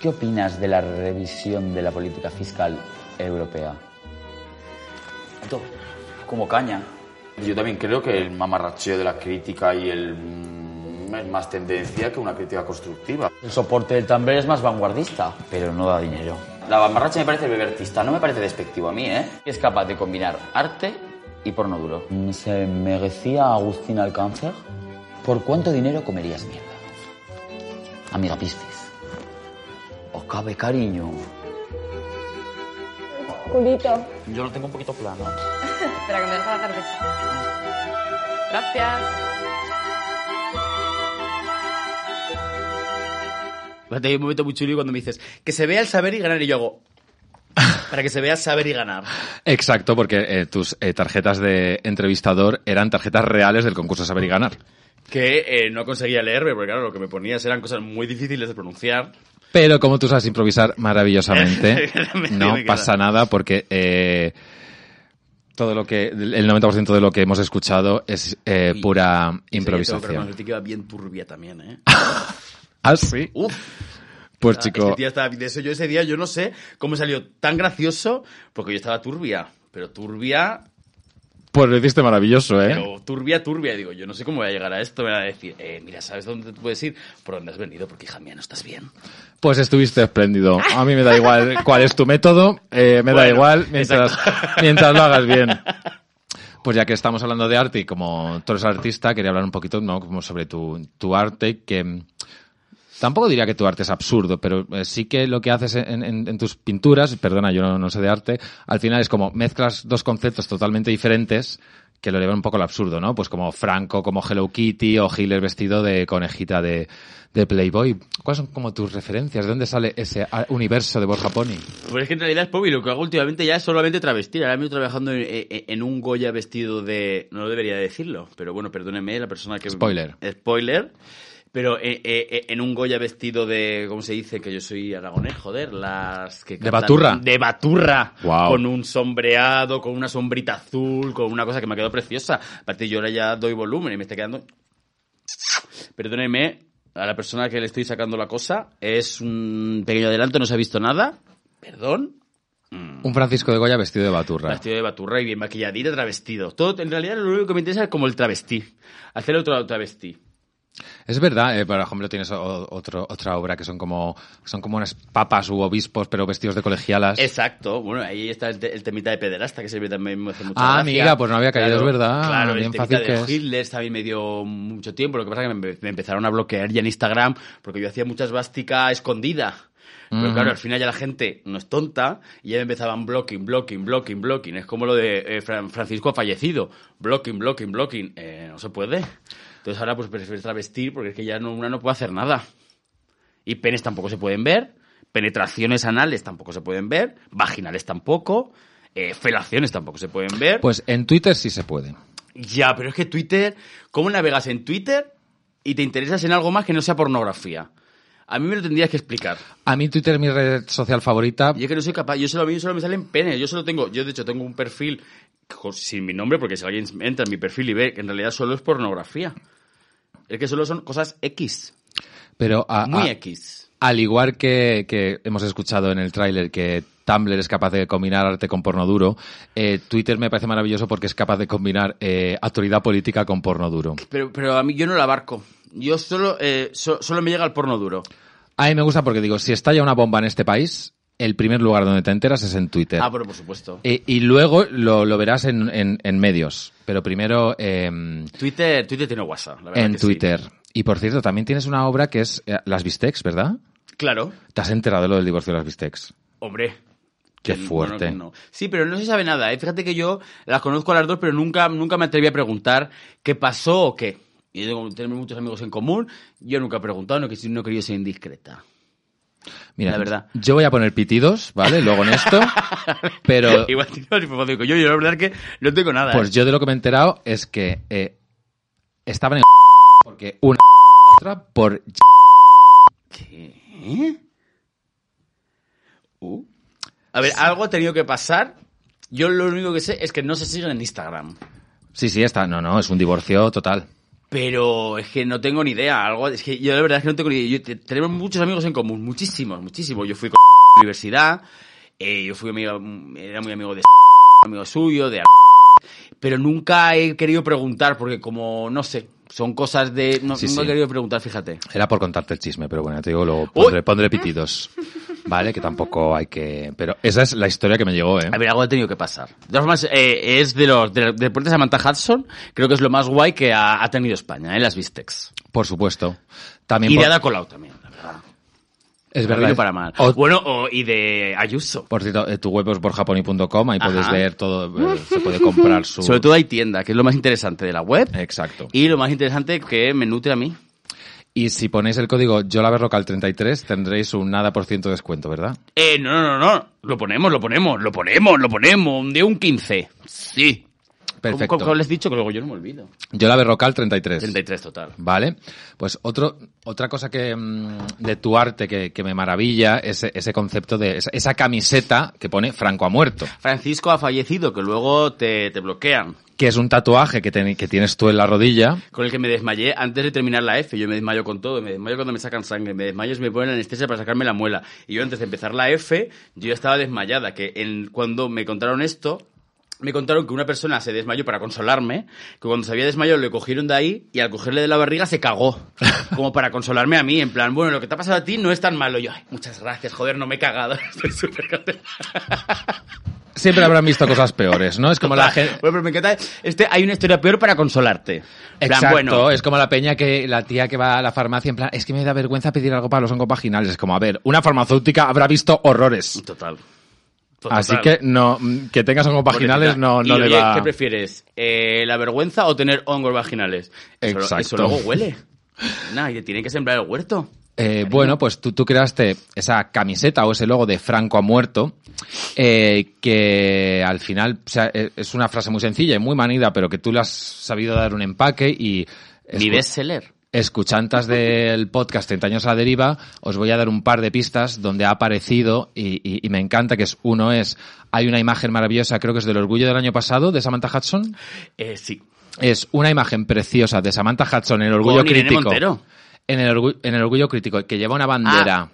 ¿Qué opinas de la revisión de la política fiscal europea? Esto, como caña.
Yo también creo que el mamarracheo de la crítica y el mm, es más tendencia que una crítica constructiva.
El soporte del tamber es más vanguardista, pero no da dinero.
La mamarracha me parece bebertista, no me parece despectivo a mí, ¿eh?
Es capaz de combinar
Arte y porno duro.
Mm, ¿Se merecía Agustín Alcáncer? ¿Por cuánto dinero comerías mierda? Amiga Piscis. Os cabe cariño.
Culito.
Yo lo tengo un poquito plano.
Espera, que me deja la cerveza. Gracias.
Fíjate, Hay un momento muy chulo cuando me dices que se vea el saber y ganar y yo hago [LAUGHS] para que se vea saber y ganar.
Exacto, porque eh, tus eh, tarjetas de entrevistador eran tarjetas reales del concurso Saber y Ganar.
Que eh, no conseguía leerme, porque claro, lo que me ponías eran cosas muy difíciles de pronunciar.
Pero como tú sabes improvisar maravillosamente,
Me
no
queda.
pasa nada porque eh, todo lo que el 90% de lo que hemos escuchado es eh, pura improvisación.
Pero iba bien turbia también, ¿eh?
Ah, sí. [LAUGHS] Pues
Ah,
chico,
Este día estaba, de eso yo ese día yo no sé cómo salió tan gracioso, porque yo estaba turbia, pero turbia,
pues lo hiciste maravilloso, ¿eh?
pero turbia, turbia. Digo, yo no sé cómo voy a llegar a esto. Me van a decir, eh, mira, ¿sabes dónde te puedes ir? ¿Por dónde has venido? Porque hija mía, no estás bien.
Pues estuviste espléndido. A mí me da igual cuál es tu método, eh, me da
Bueno,
igual mientras, [LAUGHS] mientras lo hagas bien. Pues ya que estamos hablando de arte y como tú eres artista, quería hablar un poquito ¿no? como sobre tu, tu arte, que mm, tampoco diría que tu arte es absurdo, pero eh, sí que lo que haces en, en- en tus pinturas, perdona, yo no, no sé de arte, al final es como mezclas dos conceptos totalmente diferentes que lo llevan un poco al absurdo, ¿no? Pues como Franco, como Hello Kitty o Hitler vestido de conejita de, de Playboy. ¿Cuáles son como tus referencias? ¿De dónde sale ese a- universo de Borja Pony?
Pues es que en realidad es poco y lo que hago últimamente ya es solamente travestir. Ahora mismo trabajando en, en- en un Goya vestido de... No debería decirlo, pero bueno, perdóneme la persona que...
Spoiler.
Spoiler. Pero eh, eh, eh, en un Goya vestido de... ¿Cómo se dice? Que yo soy aragonés, joder. Las que... cantan-
baturra?
De baturra.
Guau.
Con un sombreado, con una sombrita azul, con una cosa que me ha quedado preciosa. Aparte yo ahora ya doy volumen y me está quedando... Perdóneme a la persona que le estoy sacando la cosa. Es un pequeño adelanto, no se ha visto nada. Perdón,
Un Francisco de Goya vestido de baturra.
Vestido de baturra y bien maquilladita, travestido. Todo, en realidad lo único que me interesa es como el travestí. Hacer otro travestí.
Es verdad, eh, por ejemplo, tienes o- otro, otra obra que son como, son como unas papas u obispos, pero vestidos de colegialas.
Exacto. Bueno, ahí está el, te- el temita de pederasta, que siempre también me hace mucha
Ah,
gracia.
amiga, pues no había caído, es verdad.
Claro,
Bien
el temita
fácil
de
que es.
Hitler también me dio mucho tiempo. Lo que pasa es que me, me empezaron a bloquear ya en Instagram porque yo hacía mucha esvástica escondida. Pero
Ujú.
claro, al final ya la gente no es tonta y ya me empezaban blocking, blocking, blocking, blocking. Es como lo de eh, Fran- Francisco ha fallecido. Blocking, blocking, blocking. Eh, no se puede. Entonces ahora pues prefiero travestir porque es que ya no, una no puede hacer nada. Y penes tampoco se pueden ver, penetraciones anales tampoco se pueden ver, vaginales tampoco, eh, felaciones tampoco se pueden ver.
Pues en Twitter sí se puede.
Ya, pero es que Twitter, ¿cómo navegas en Twitter y te interesas en algo más que no sea pornografía? A mí me lo tendrías que explicar.
A mí Twitter es mi red social favorita.
Yo es que no soy capaz, yo solo, a mí solo me salen penes, yo solo tengo, yo de hecho tengo un perfil co- sin mi nombre porque si alguien entra en mi perfil y ve que en realidad solo es pornografía. Es que solo son cosas X,
Pero a-
muy
a-
X.
al igual que, que hemos escuchado en el tráiler que Tumblr es capaz de combinar arte con porno duro, eh, Twitter me parece maravilloso porque es capaz de combinar eh, actualidad política con porno duro.
Pero, pero a mí yo no la abarco. Yo solo, eh, so- solo me llega el porno duro.
A mí me gusta porque digo, si estalla una bomba en este país, el primer lugar donde te enteras es en Twitter.
Ah, pero por supuesto.
Eh, y luego lo, lo verás en, en- en medios, pero primero em,
Twitter, Twitter tiene WhatsApp, la verdad.
en
que sí.
Twitter. Y por cierto, también tienes una obra que es eh, Las Bistecs, ¿verdad?
Claro,
¿Te has enterado de lo del divorcio de las Bistecs?
hombre.
Qué
Que no,
fuerte.
no, que no. Sí, pero no se sabe nada. ¿eh? Fíjate que yo las conozco a las dos, pero nunca, nunca me atreví a preguntar qué pasó o qué. Y tengo, tenemos muchos amigos en común. Yo nunca he preguntado, no, he quis- no he querido ser indiscreta.
Mira,
La verdad.
yo voy a poner pitidos, ¿vale? Luego en
[LAUGHS]
esto, pero
Igual tienes más información que yo, yo la verdad que no tengo nada.
pues
¿eh?
yo de lo que me he enterado es que eh, estaban en porque una otra por
¿Qué? Uh. A ver, algo ha tenido que pasar. Yo lo único que sé es que no se siguen en Instagram.
sí sí está no no es un divorcio total
Pero es que no tengo ni idea. Algo, es que yo la verdad es que no tengo ni idea. Yo te- tenemos muchos amigos en común, muchísimos, muchísimos. Yo fui con [LAUGHS] a la universidad, eh, yo fui amigo, era muy amigo de [LAUGHS] amigo suyo, de [LAUGHS] pero nunca he querido preguntar porque como no sé, son cosas de no,
Sí,
no he
sí.
querido preguntar, fíjate.
era por contarte el chisme pero bueno te digo luego pondré, pondré pitidos vale que tampoco hay que pero esa es la historia que me llegó eh
A ver, algo ha tenido que pasar. De todas formas, eh, es de los de, de Puertas Samantha Hudson, creo que es lo más guay que ha, ha tenido España, ¿eh? las Vistex.
por supuesto también
Y
por-
de Ada Colau también, la verdad.
Es verdad. eh,
Para bien o para mal.
O-
Bueno, o- y de Ayuso.
Por cierto, eh, tu web es borjaponi.com, ahí puedes
Ajá.
ver todo, eh, se puede comprar su...
Sobre todo hay tienda, que es lo más interesante de la web.
Exacto.
Y lo más interesante que me nutre a mí.
Y si ponéis el código YolaverLocal33 tendréis un nada por ciento de descuento, ¿verdad?
Eh, no, no, no, no. Lo ponemos, lo ponemos, lo ponemos, lo ponemos. Un día un 15. Sí.
Perfecto.
¿Cómo, cómo les he dicho? Que luego yo no me olvido.
YolaverLocal33.
33 total.
Vale. Pues otro, otra cosa que mm, de tu arte que, que me maravilla es ese concepto de esa, esa camiseta que pone Franco ha muerto,
Francisco ha fallecido, que luego te, te bloquean.
que es un tatuaje que, ten- que tienes tú en la rodilla.
Con el que me desmayé antes de terminar la F. Yo me desmayo con todo. Me desmayo cuando me sacan sangre. Me desmayo si me ponen anestesia para sacarme la muela. Y yo antes de empezar la F, yo ya estaba desmayada. Que en- cuando me contaron esto, me contaron que una persona se desmayó para consolarme. Que cuando se había desmayado le cogieron de ahí y al cogerle de la barriga se cagó.
[LAUGHS]
Como para consolarme a mí. En plan, bueno, lo que te ha pasado a ti no es tan malo. Yo, ay, muchas gracias. Joder, no me he cagado. [LAUGHS] Estoy súper contento.
Siempre habrán visto cosas peores, ¿no? Es como la gente...
Bueno, pero me encanta. Este, hay una historia peor para consolarte. En plan,
Exacto,
bueno,
es como la peña que la tía que va a la farmacia en plan, es que me da vergüenza pedir algo para los oncopaginales. Es como, a ver, una farmacéutica habrá visto horrores.
Total.
Así que no, mm, que tengas oncopaginales no, no
Y,
le
oye,
va...
¿Qué prefieres? Eh, ¿La vergüenza o tener hongos vaginales? Eso,
Exacto.
eso luego huele. Nah, y te tienen que sembrar el huerto.
Eh, bueno, pues tú, tú creaste esa camiseta o ese logo de Franco ha muerto, eh, que al final o sea, eh, es una frase muy sencilla y muy manida, pero que tú le has sabido dar un empaque y... pues,
Mi bestseller.
Escuchantas del podcast 30 años a la deriva, os voy a dar un par de pistas donde ha aparecido y, y- y me encanta que es uno es, hay una imagen maravillosa, creo que es del orgullo del año pasado, de Samantha Hudson.
Eh, sí.
Es una imagen preciosa de Samantha Hudson en el orgullo
Con Irene
crítico.
Montero. Ah.
En el, orgu- en el orgullo crítico, que lleva una bandera,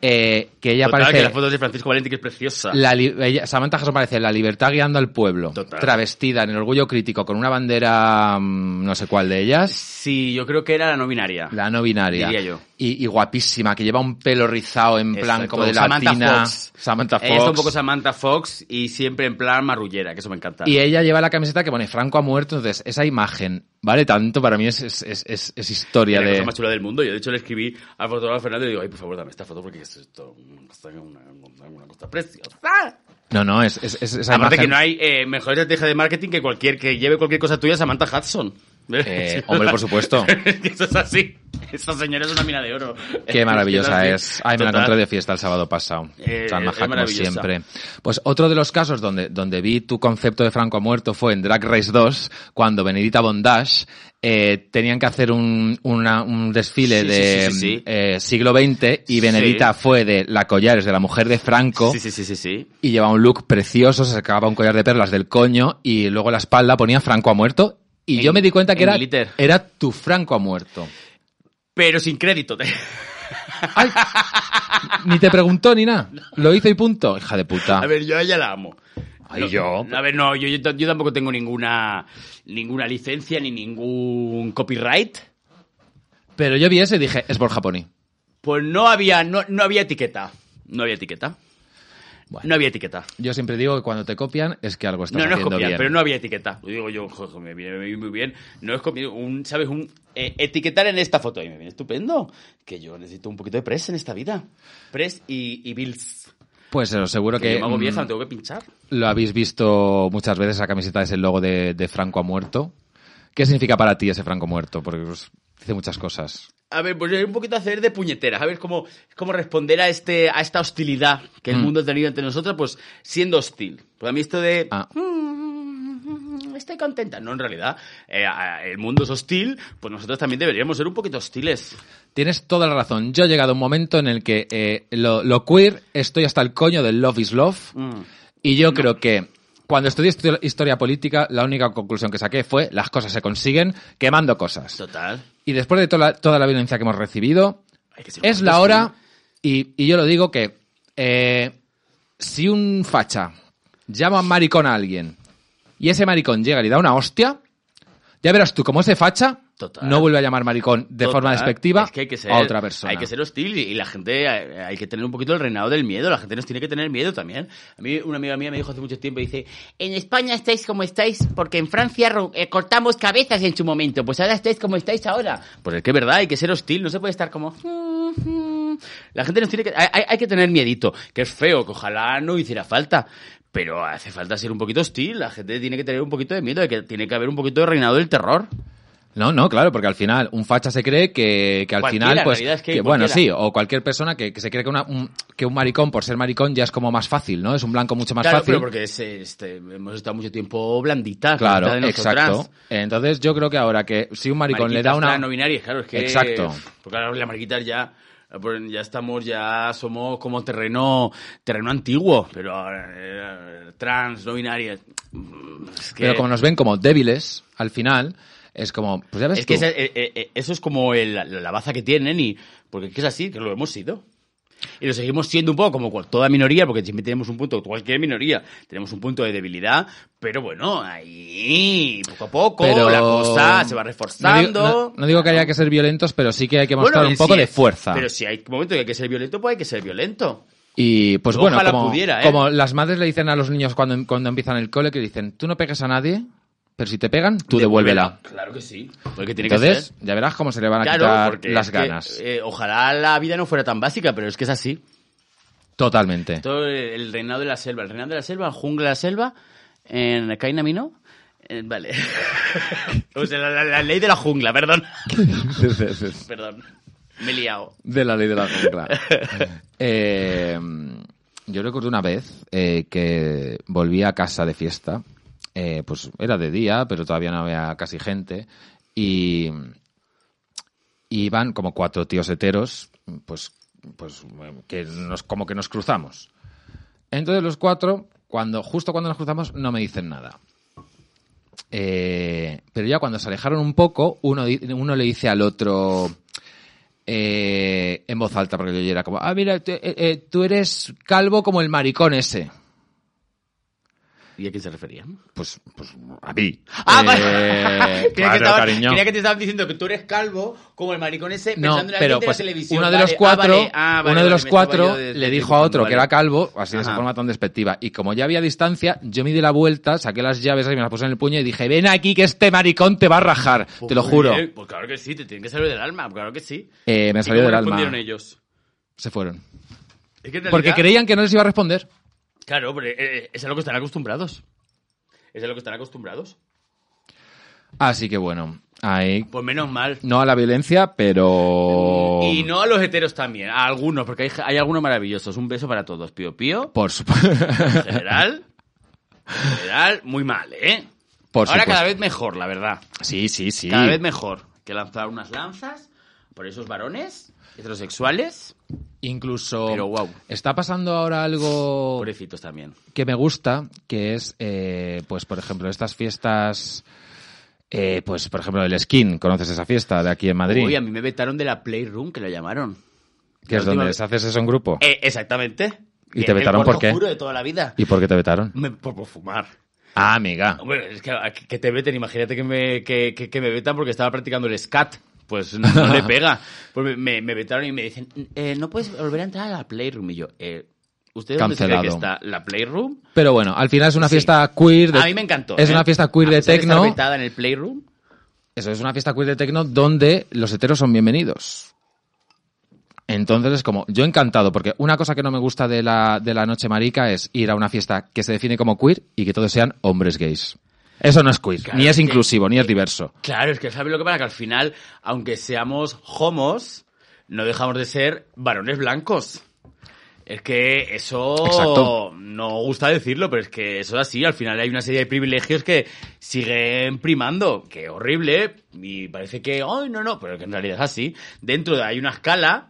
eh, que ella
Total,
parece...
que la foto es de Francisco Valente, que es preciosa.
La li- ella- Samantha Hudson parece la libertad guiando al pueblo,
Total.
travestida en el orgullo crítico con una bandera mm, no sé cuál de ellas,
Sí, yo creo que era la no binaria.
la no binaria
Diría yo.
Y, y guapísima que lleva un pelo rizado en plan
Exacto.
como de
Samantha
latina,
Fox.
Samantha Fox.
Ella está un poco Samantha Fox y siempre en plan marrullera, que eso me encanta.
Y ella lleva la camiseta que pone Franco ha muerto, entonces esa imagen vale tanto para mí es, es, es- es- es historia
la
de
cosa más chula del mundo. Yo, de hecho, le escribí al fotógrafo Fernando y digo, ay, por favor, dame esta foto porque es esto una, cosa- una, una- una cosa preciosa.
no no es, es- es- esa
Aparte
imagen-
que no hay eh, mejor estrategia de marketing que cualquier que lleve cualquier cosa tuya Samantha Hudson.
Eh, hombre, por supuesto.
[LAUGHS] Eso es así. Esta señora es una mina de oro. [LAUGHS]
Qué maravillosa
Eso
es. Ay, me la
Total.
encontré de fiesta el sábado pasado.
Eh,
Tan
es
maja como
maravillosa.
siempre. Pues otro de los casos donde, donde vi tu concepto de Franco ha muerto fue en Drag Race 2, cuando Benedita Bondage eh, tenían que hacer un, una- un desfile
Sí, sí,
de
sí, sí, sí.
eh, siglo XX y Benedita
Sí.
fue de la collares de la mujer de Franco.
Sí, sí, sí, sí, sí.
Y llevaba un look precioso, se sacaba un collar de perlas del coño y luego en la espalda ponía Franco ha muerto. Y yo me di cuenta que
en
era,
glitter.
era tu Franco ha muerto.
Pero sin crédito. [LAUGHS]
Ni te preguntó ni
[LAUGHS]
nada. Lo hizo y punto. Hija de puta.
A ver, yo a ella la amo.
Ah. Ay,
No,
yo.
A ver, no, yo, yo, yo tampoco tengo ninguna ninguna licencia ni ningún copyright.
Pero yo vi eso y dije, es Borja Pony.
Pues no había, no, no había etiqueta. No había etiqueta. No había etiqueta.
Yo siempre digo que cuando te copian es que algo estás
no, no es
haciendo
copiar,
bien.
pero no había etiqueta. Lo digo yo, joder, me viene me viene muy bien. No es copiar, un, ¿sabes? Un, eh, etiquetar en esta foto. Y me viene estupendo. Que yo necesito un poquito de press en esta vida. Press y, y bills.
Pues eh, seguro
Que
que,
yo me hago
mm,
vieja, me tengo que pinchar.
lo habéis visto muchas veces, esa camiseta es el logo de, de Franco ha muerto. ¿Qué significa para ti ese Franco muerto? Porque pues, dice muchas cosas.
A ver, pues es un poquito hacer de puñeteras. A ver cómo, cómo responder a, este, a esta hostilidad que el
Mm.
mundo ha tenido ante nosotros, pues siendo hostil. Pues a mí esto de.
Ah.
"Mm, Estoy contenta. No, en realidad, eh, a- el mundo es hostil, pues nosotros también deberíamos ser un poquito hostiles.
Tienes toda la razón. Yo he llegado a un momento en el que eh, lo, lo queer estoy hasta el coño del love is love. Y yo creo que cuando estudié histo- historia política, la única conclusión que saqué fue las cosas se consiguen quemando cosas.
Total.
Y después de toda la, toda la violencia que hemos recibido,
Hay que ser un
es
poquito
la
hostil.
hora, y, y yo lo digo que eh, si un facha llama maricón a alguien y ese maricón llega y le da una hostia, ya verás tú como ese facha
Total.
no vuelve a llamar maricón de
Total.
forma despectiva
Es que hay que ser-
a otra persona.
Hay que ser hostil y, y la gente, eh, hay que tener un poquito el reinado del miedo. La gente nos tiene que tener miedo también. A mí, una amiga mía me dijo hace mucho tiempo, dice, en España estáis como estáis porque en Francia ro- eh, cortamos cabezas en su momento, pues ahora estáis como estáis ahora. Pues es que es verdad, hay que ser hostil, no se puede estar como... "Mm, mm, mm, la gente nos tiene que... Hay, hay- hay que tener miedito, que es feo, que ojalá no hiciera falta. Pero hace falta ser un poquito hostil, la gente tiene que tener un poquito de miedo, de que tiene que haber un poquito de reinado del terror.
No, no, claro, porque al final un facha se cree que, que al
Cualquiera,
final,
en
pues,
realidad es que
bueno, sí,
cualquiera.
o cualquier persona que, que se cree que, una- un, que un maricón por ser maricón ya es como más fácil, ¿no? Es un blanco mucho más
claro,
fácil.
pero porque es, este, hemos estado mucho tiempo blanditas.
Claro,
blanditas de nosotras.
exacto. Entonces yo creo que ahora que si un maricón le da
Mariquitas
una...
trans, no binarias, claro, es que... pues
Exacto.
Porque ahora las mariquitas ya... pues Ya estamos, ya somos como terreno terreno antiguo, pero ahora, eh, trans, no binarias... mm, es que-
Pero como nos ven como débiles, al final, es como, pues ya ves
Es que
tú.
esa- eh, eh, eh, eso es como el- la, la baza que tienen y... Porque es que es así, que lo hemos sido. Y lo seguimos siendo un poco como cual- toda minoría, porque siempre tenemos un punto, cualquier minoría, tenemos un punto de debilidad, pero bueno, ahí, poco a poco,
Pero-
la cosa se va
no digo-
reforzando.
No digo, no digo que haya que ser violentos, pero sí que hay que
Bueno,
mostrar un
eh,
poco
sí,
de fuerza.
Pero si hay momentos que hay que ser violento, pues hay que ser violento.
Y pues
Ojalá
bueno, como,
pudiera, ¿eh?
como las madres le dicen a los niños cuando, cuando empiezan el cole, que dicen, tú no pegues a nadie, pero si te pegan, tú devuélvela.
Claro que sí. Porque tiene
Entonces,
que ser.
ya verás cómo se le van a
Claro,
quitar
porque
las
es que,
ganas.
eh, ojalá la vida no fuera tan básica, pero es que es así. [LAUGHS]
Totalmente.
Todo el reinado de la selva, el reinado de la selva, el jungla de la selva, en Kainamino. vale. [LAUGHS] o sea, la, la- la ley de la jungla, perdón. [LAUGHS] perdón. Me he liado.
De la ley de la jungla. Eh, yo recuerdo una vez eh, que volví a casa de fiesta. Eh, pues era de día, pero todavía no había casi gente. Y, y iban como cuatro tíos heteros, pues, pues que nos, como que nos cruzamos. Entonces los cuatro, cuando, justo cuando nos cruzamos, no me dicen nada. Eh, pero ya cuando se alejaron un poco, uno, di- uno le dice al otro eh, en voz alta, porque yo ya era como, ah, mira, tú, eh, eh, tú eres calvo como el maricón ese.
¿Y a quién se refería?
Pues, pues a mí.
Ah,
Eh,
vale. [LAUGHS]
claro,
Creía que estaban-
Eh, cariño.
creía que te estaban diciendo que tú eres calvo, como el maricón ese, pensando
No,
en la
pero
gente
pues
de la televisión.
uno de
Vale,
los
ah,
cuatro,
vale, ah, vale,
uno de
vale,
los
me
cuatro
estaba yo de-
le dijo a otro
vale.
que era calvo, así de esa
Ajá.
forma tan despectiva. Y como ya había distancia, yo me di la vuelta, saqué las llaves y me las puse en el puño y dije, ven aquí que este maricón te va a rajar, te lo
Pues,
juro.
eh, Pues claro que sí, te tienen que salir del alma, claro que sí.
Eh, me
¿Y
salió
cómo
del alma.
respondieron ellos?
Se fueron.
Es que en
Porque
realidad-
creían que no les iba a responder.
Claro, pero eh, eh, es a lo que están acostumbrados. Es a lo que están acostumbrados.
Así que bueno, ahí.
Pues menos mal.
No a la violencia, pero.
Y no a los heteros también, a algunos, porque hay, hay algunos maravillosos. Un beso para todos,
[LAUGHS]
Pío Pío.
Por supuesto.
En general, en general, muy mal, ¿eh?
Por
Ahora cada
supuesto.
vez mejor, la verdad.
Sí, sí, sí.
Cada vez mejor. Que lanzar unas lanzas por esos varones heterosexuales.
Incluso.
Pero wow.
Está pasando ahora algo.
Pobrecitos también.
que me gusta, que es, eh, pues, por ejemplo, estas fiestas, eh, pues, por ejemplo, el skin, ¿conoces esa fiesta de aquí en Madrid?
Uy, a mí me vetaron de la Playroom, que la llamaron.
que es
la última
donde
vez-
se haces eso en grupo.
Eh, exactamente.
¿Y
Que
te
el
vetaron por
cuarto
qué?
oscuro de toda la vida.
¿Y por qué te vetaron?
Me, por, por fumar.
Ah, amiga.
Hombre, es que, que te veten, imagínate que me, que, que- que me vetan porque estaba practicando el scat. Pues no, no
[LAUGHS]
le pega. Pues me, me vetaron y me dicen, eh, no puedes volver a entrar a la Playroom. Y yo, eh, ¿ustedes dónde se cree que
Cancelado.
está la Playroom?
Pero bueno, al final es una
Sí.
fiesta queer. de-
a mí me encantó.
Es
¿eh?
una fiesta queer
A
de
pesar estar
techno.
vetada en el Playroom.
Eso es una fiesta queer de techno donde los heteros son bienvenidos. Entonces es como, yo encantado, porque una cosa que no me gusta de la, de la noche marica es ir a una fiesta que se define como queer y que todos sean hombres gays. Eso no es queer,
Claro,
ni es
que-
inclusivo, ni es diverso.
Claro, es que sabes lo que pasa, que al final, aunque seamos homos, no dejamos de ser varones blancos. Es que eso
Exacto.
no gusta decirlo, pero es que eso es así. Al final hay una serie de privilegios que siguen primando, que horrible, y parece que, ay, no, no, pero que en realidad es así. Dentro de, hay una escala,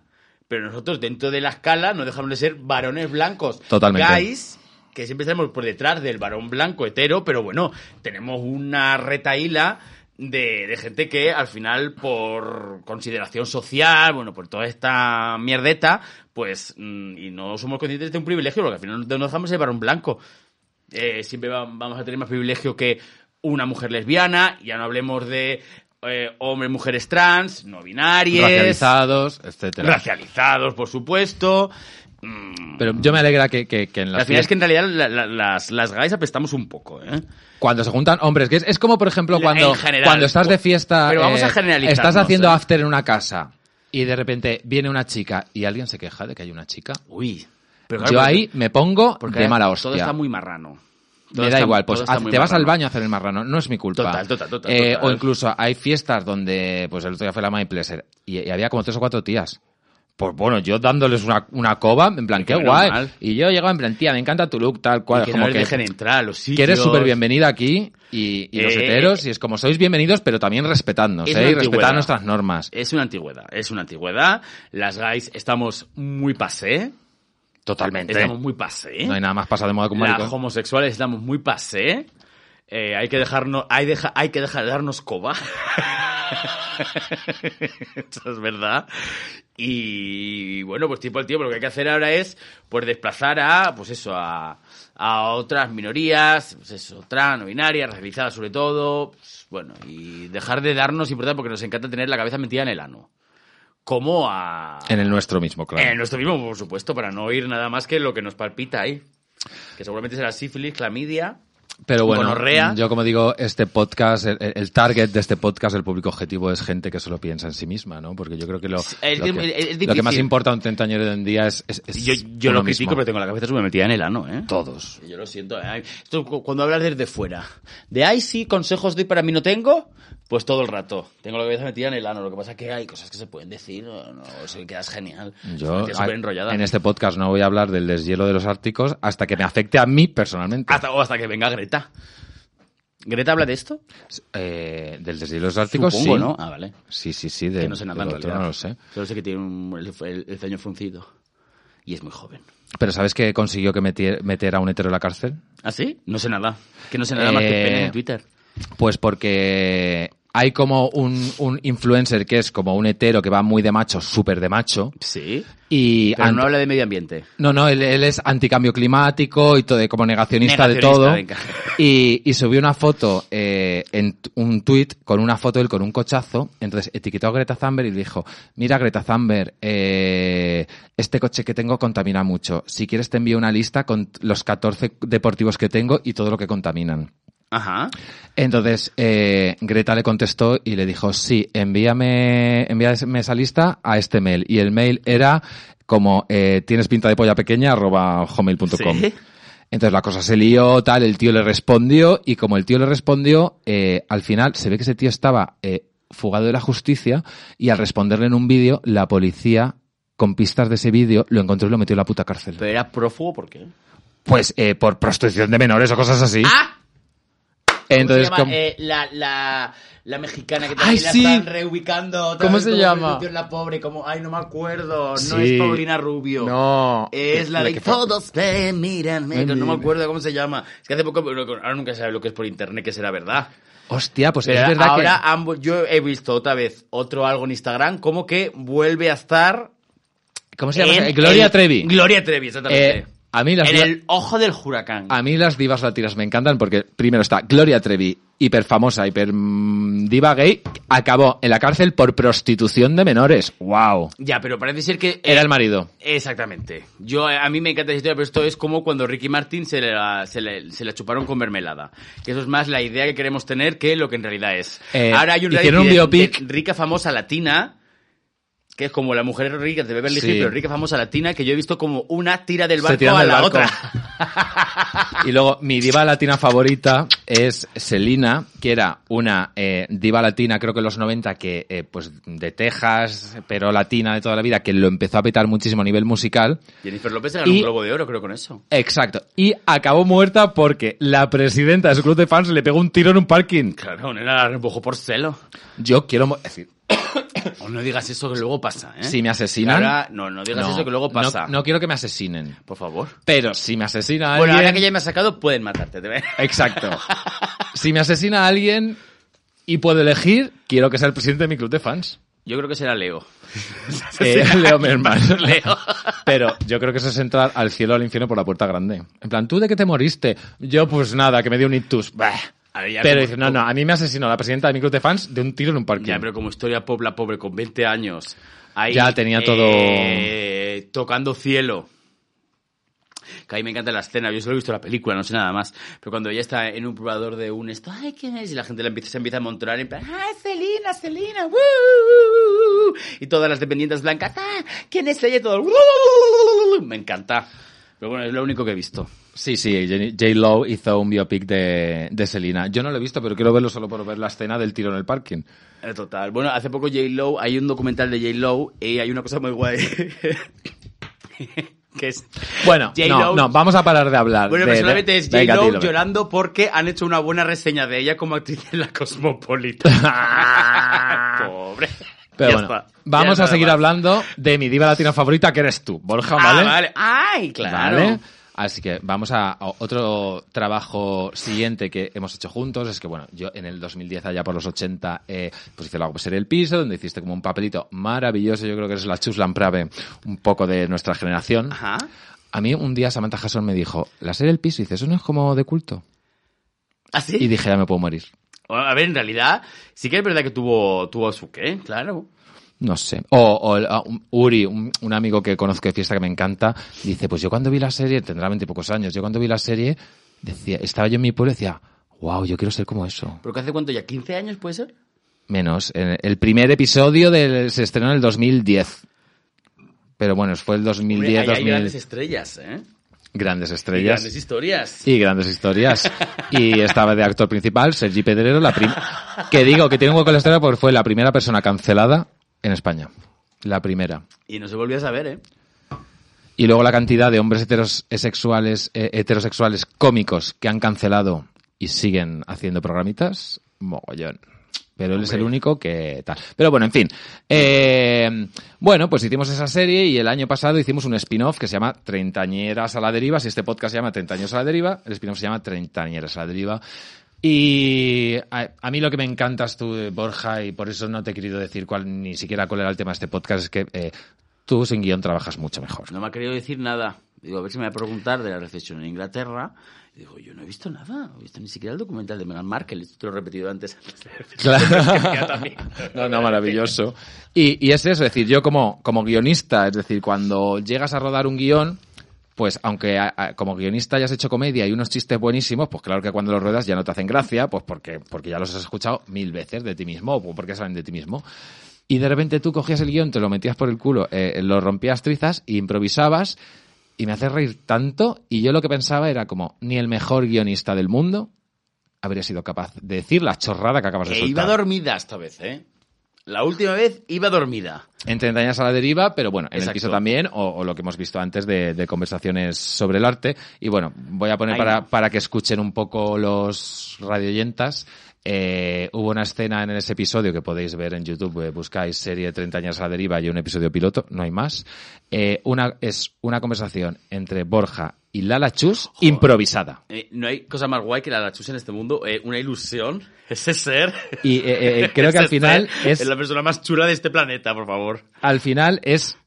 pero nosotros dentro de la escala no dejamos de ser varones blancos.
Totalmente.
Guys, que siempre estamos por detrás del varón blanco hetero, pero bueno, tenemos una retaíla de, de gente que al final, por consideración social, bueno, por toda esta mierdeta, pues, mm, y no somos conscientes de un privilegio, porque al final no dejamos de ser varón blanco. Eh, siempre va- vamos a tener más privilegio que una mujer lesbiana, ya no hablemos de eh, hombres, mujeres trans, no binarias,
Racializados, etcétera.
racializados, por supuesto.
Pero yo me alegra que, que- que en
Al
las
final
fiestas,
es que en realidad la- la- las, las gays apestamos un poco, ¿eh?
cuando se juntan hombres gays, es como por ejemplo
La-
cuando,
en general. pues,
cuando estás de fiesta,
Pero vamos
eh,
a generalizarnos,
estás haciendo
¿eh?
after en una casa y de repente viene una chica y alguien se queja de que hay una chica.
Uy.
Yo ahí me pongo de mala hostia.
Todo está muy marrano. Todo
me da
está-
igual, pues
todo está
haz-
muy
te vas al
marrano.
baño a hacer el marrano, no es mi culpa.
Total, total, total,
Eh,
total.
O incluso hay fiestas donde, pues el otro día fue la My Pleasure y, y había como tres o cuatro tías. Pues bueno, yo dándoles una, una coba, en plan,
Y
qué
que menos
guay.
mal.
Y yo llegaba en plan, tía, me encanta tu look, tal cual.
Y que
como
no les
que,
dejen entrar a los
que eres
sitios.
súper bienvenida aquí y, y los
Eh.
heteros, y es como sois bienvenidos, pero también respetadnos,
Es
¿eh?
una
Y respetad
antigüedad. Eh,
nuestras normas.
Es una antigüedad, es una antigüedad. Las guys estamos muy pasé.
Totalmente.
Estamos muy pasé.
No hay nada más pasado de moda que un
Las
maricón.
homosexuales estamos muy pasé. Eh, hay que dejarnos, hay, deja, hay que dejar de darnos coba. [LAUGHS] Eso es verdad. Y bueno, pues tipo el tío, pero lo que hay que hacer ahora es pues desplazar a, pues eso, a, a otras minorías, pues eso, trans, no binarias, racializadas sobre todo, pues, bueno, y dejar de darnos importancia porque nos encanta tener la cabeza metida en el ano. Como a...
En el nuestro mismo, claro.
En nuestro mismo, por supuesto, para no oír nada más que lo que nos palpita ahí. Que seguramente será sífilis, clamidia.
Pero bueno,
gonorrea.
yo como digo, este podcast, el, el target de este podcast, el público objetivo es gente que solo piensa en sí misma, ¿no? Porque yo creo que lo,
es
lo
di-
que,
es- es
lo que
difícil.
más importa a un trentañero de hoy en día es, es- es
Yo, yo
uno
lo critico,
mismo.
pero tengo la cabeza súper metida en el ano, ¿eh?
Todos.
Yo lo siento. eh. Esto cu- cuando hablas desde fuera. De ahí sí, consejos doy para mí no tengo, pues todo el rato. Tengo la cabeza metida en el ano. Lo que pasa es que hay cosas que se pueden decir, o no, o se quedas genial.
Yo,
Me quedas súper
a-
enrollada.
en este podcast no voy a hablar del deshielo de los árticos hasta que me afecte a mí personalmente.
Hasta, o hasta que venga Greta. ¿Greta habla de esto?
Eh, del deshielo de los árticos,
Supongo,
sí.
¿no? Ah, vale.
Sí, sí, sí. De,
que no sé nada en
del otro
realidad.
no lo sé.
Solo sé que tiene un- el, el- el ceño fruncido. Y es muy joven.
Pero ¿sabes que consiguió que metie- meter a un hetero en la cárcel?
¿Ah, sí? No sé nada. Que no sé nada más que
Eh,
pene en Twitter.
Pues porque hay como un, un influencer que es como un hetero que va muy de macho, súper de macho.
Sí.
Y
Pero
ant-
no habla de medio ambiente.
no, no, él, él es anticambio climático y todo, de- como negacionista,
Negacionista,
de
venga.
todo. [LAUGHS] Y, y subió una foto eh, en t- un tweet con una foto de él con un cochazo. Entonces etiquetó a Greta Thunberg y le dijo, mira Greta Thunberg, eh, este coche que tengo contamina mucho. Si quieres te envío una lista con t- los 14 deportivos que tengo y todo lo que contaminan.
Ajá.
Entonces, eh, Greta le contestó y le dijo, sí, envíame, envíame esa lista a este mail. Y el mail era como, eh, tienes pinta de polla pequeña, arroba hotmail.com.
Sí.
Entonces la cosa se lió, tal, el tío le respondió y como el tío le respondió, eh, al final se ve que ese tío estaba eh, fugado de la justicia y al responderle en un vídeo, la policía, con pistas de ese vídeo, lo encontró y lo metió en la puta cárcel.
Pero era prófugo, ¿por qué?
Pues eh, por prostitución de menores o cosas así. Entonces,
Ah, ¿Cómo se llama?
com-
Eh, la, la, la mexicana que
¡Ay,
también la
sí!
están reubicando. otra
¿Cómo
vez
se
como
llama?
prostitución, La pobre, como, ay, no me acuerdo. No
Sí.
es Paulina Rubio.
No.
Es la,
La
de
que fue-
todos te miran,
Me
negro. No me
miran.
acuerdo cómo se llama. Es que hace poco, pero ahora nunca se sabe lo que es por internet, que será verdad.
Hostia, pues
Pero
es verdad
ahora
que...
ambos, yo he visto otra vez otro algo en Instagram, como que vuelve a estar.
¿Cómo se llama?
en
esa? Gloria
el-
Trevi.
Gloria Trevi, exactamente.
Eh, a mí las
en
diva-
el ojo del huracán.
A mí las divas latinas me encantan porque primero está Gloria Trevi, hiper famosa, hiper mm, diva gay, acabó en la cárcel por prostitución de menores. Wow.
Ya, pero parece ser que. eh,
Era el marido.
Exactamente. Yo, eh, a mí me encanta esa historia, pero esto es como cuando Ricky Martin se la, se la- se la chuparon con mermelada. Que eso es más la idea que queremos tener que lo que en realidad es.
Eh,
Ahora hay un
hicieron
reality
un
de-
biopic.
de rica famosa latina, que es como la mujer rica de Beverly
Sí.
Hills, pero rica famosa latina, que yo he visto como una tira del
Se
barco
tiran
a
del
la
barco. [LAUGHS]
otra.
Y luego mi diva latina favorita es Selena, que era una eh, diva latina, creo que en los 90, que eh, pues de Texas, pero latina de toda la vida, que lo empezó a petar muchísimo a nivel musical.
Jennifer López se ganó un
Y-
globo de oro, creo, con eso.
Exacto. Y acabó muerta porque la presidenta de su club de fans le pegó un tiro en un parking.
Claro, nena, la empujó por celo.
Yo quiero... mo- es decir,
O no digas eso que luego pasa, ¿eh?
Si me asesinan.
Ahora, no, no digas eso que luego pasa.
No, no quiero que me asesinen.
Por favor.
Pero si me asesina
Bueno,
alguien.
ahora que ya me has sacado, pueden matarte, ¿te ves? [LAUGHS]
Exacto. si me asesina alguien y puedo elegir, quiero que sea el presidente de mi club de
[LAUGHS]
fans.
Yo creo que será Leo.
Eh, Leo Merman.
[LAUGHS] Leo.
Pero yo creo que eso es entrar al cielo o al infierno por la puerta grande. En plan, ¿tú de qué te moriste? Yo, pues nada, que me dio un ictus. Bah.
A ver, ya
Pero
como-
dice, no, no, a mí me asesinó la presidenta de mi club de fans de un tiro en un parque.
Ya, pero como historia pop, la pobre con 20 años. Ahí,
Ya tenía
eh, Tocando cielo. Que a mí me encanta la escena, yo solo he visto la película, no sé nada más. Pero cuando ella está en un probador de un esto, ay, ¿quién es? Y la gente la empieza, se empieza a montar en plan, ¡ah, Celina, Celina! ¡Woo! Y todas las dependientes blancas, ¡ah! ¿Quién es ella? Y todo, "Woo". Me encanta. Pero bueno, es lo único que he visto.
Sí, sí, J- J-Lo hizo un biopic de, de Selena. Yo no lo he visto, pero quiero verlo solo por ver la escena del tiro en el parking.
Eh, Total. Bueno, hace poco J. Low, hay un documental de J. Low y hay una cosa muy guay. [LAUGHS] que es.
Bueno,
J-Lo-
no, no, vamos a parar de hablar.
Bueno,
de-
personalmente
de-
es J.
Venga,
Low
dilo, venga.
llorando porque han hecho una buena reseña de ella como actriz en la
[LAUGHS]
Cosmopolita. Pobre.
Pero
Ya
bueno,
está. Ya
vamos
nada
a seguir
más.
hablando de mi diva latina favorita, que eres tú, Borja, ¿vale?
Ah, vale. Ay, claro.
¿Vale? Así que vamos a, a otro trabajo siguiente que hemos hecho juntos. Es que, bueno, yo en el 2010, allá por los 80, eh, pues hice la serie El Piso, donde hiciste como un papelito maravilloso. Yo creo que eres la Chus Lamprave, un poco de nuestra generación.
Ajá.
A mí un día Samantha Hudson me dijo, la serie El Piso, y dice, eso no es como de culto.
¿Ah, sí?
Y dije, ya me puedo morir.
Bueno, a ver, en realidad, sí que es verdad que tuvo, tuvo su qué, claro.
No sé. O, o el- ah, un- Uri, un, un amigo que conozco de fiesta que me encanta, dice, pues yo cuando vi la serie, tendrá 20 y pocos años, yo cuando vi la serie, decía, estaba yo en mi pueblo y decía, wow, yo quiero ser como eso.
¿Pero que hace cuánto ya? ¿15 años puede ser?
Menos, eh, el primer episodio del, se estrenó en el 2010. Pero bueno, fue el 2010,
Hombre, ahí hay
2000,
grandes estrellas, ¿eh?
grandes
Y
estrellas.
grandes historias.
Y grandes historias. Y estaba de actor principal, Sergi Pedrero, la prim- que digo que tiene un hueco en la historia porque fue la primera persona cancelada en España. La primera.
Y no se volvió a saber, ¿eh?
Y luego la cantidad de hombres heterosexuales, eh, heterosexuales cómicos que han cancelado y siguen haciendo programitas, mogollón. Pero él es el único que tal. Pero bueno, en fin. Eh, bueno, pues hicimos esa serie y el año pasado hicimos un spin-off que se llama Treintañeras a la deriva. Si este podcast se llama Treintañeros a la deriva, el spin-off se llama Treintañeras a la deriva. Y a, a mí lo que me encantas tú, eh, Borja, y por eso no te he querido decir cuál, ni siquiera cuál era el tema de este podcast, es que eh, tú sin guión trabajas mucho mejor.
No me ha querido decir nada. Digo, a ver si me va a preguntar de la recesión en Inglaterra. Y digo, yo no he visto nada. No he visto ni siquiera el documental de Meghan Markle. Esto te lo he repetido
[LAUGHS]
antes.
Claro. no, no, maravilloso. Y, y es eso, es decir, yo como, como guionista, es decir, cuando llegas a rodar un guión, pues aunque a- a- como guionista hayas hecho comedia y unos chistes buenísimos, pues claro que cuando los ruedas ya no te hacen gracia, pues porque, porque ya los has escuchado mil veces de ti mismo, o porque salen de ti mismo. Y de repente tú cogías el guión, te lo metías por el culo, eh, lo rompías trizas, e improvisabas, y me hace reír tanto, y yo lo que pensaba era como, ni el mejor guionista del mundo habría sido capaz de decir la chorrada que acabas de
Que
soltar.
E iba dormida esta vez, ¿eh? La última vez iba dormida.
En 30 años a la deriva, pero bueno, en el
Exacto.
piso también, o, o lo que hemos visto antes de, de conversaciones sobre el arte. Y bueno, voy a poner
Ahí
para,
no.
para que escuchen un poco los radioyentas. Eh, hubo una escena en ese episodio que podéis ver en YouTube, eh, buscáis serie 30 años a la deriva y un episodio piloto, no hay más. Eh, una, es una conversación entre Borja y Lala Chus improvisada.
Eh, no hay cosa más guay que la Lachus en este mundo. Eh, una ilusión. Ese ser.
Y eh, eh, creo que
Ese
al final
ser
es,
la persona más chula de este planeta, por favor.
al final es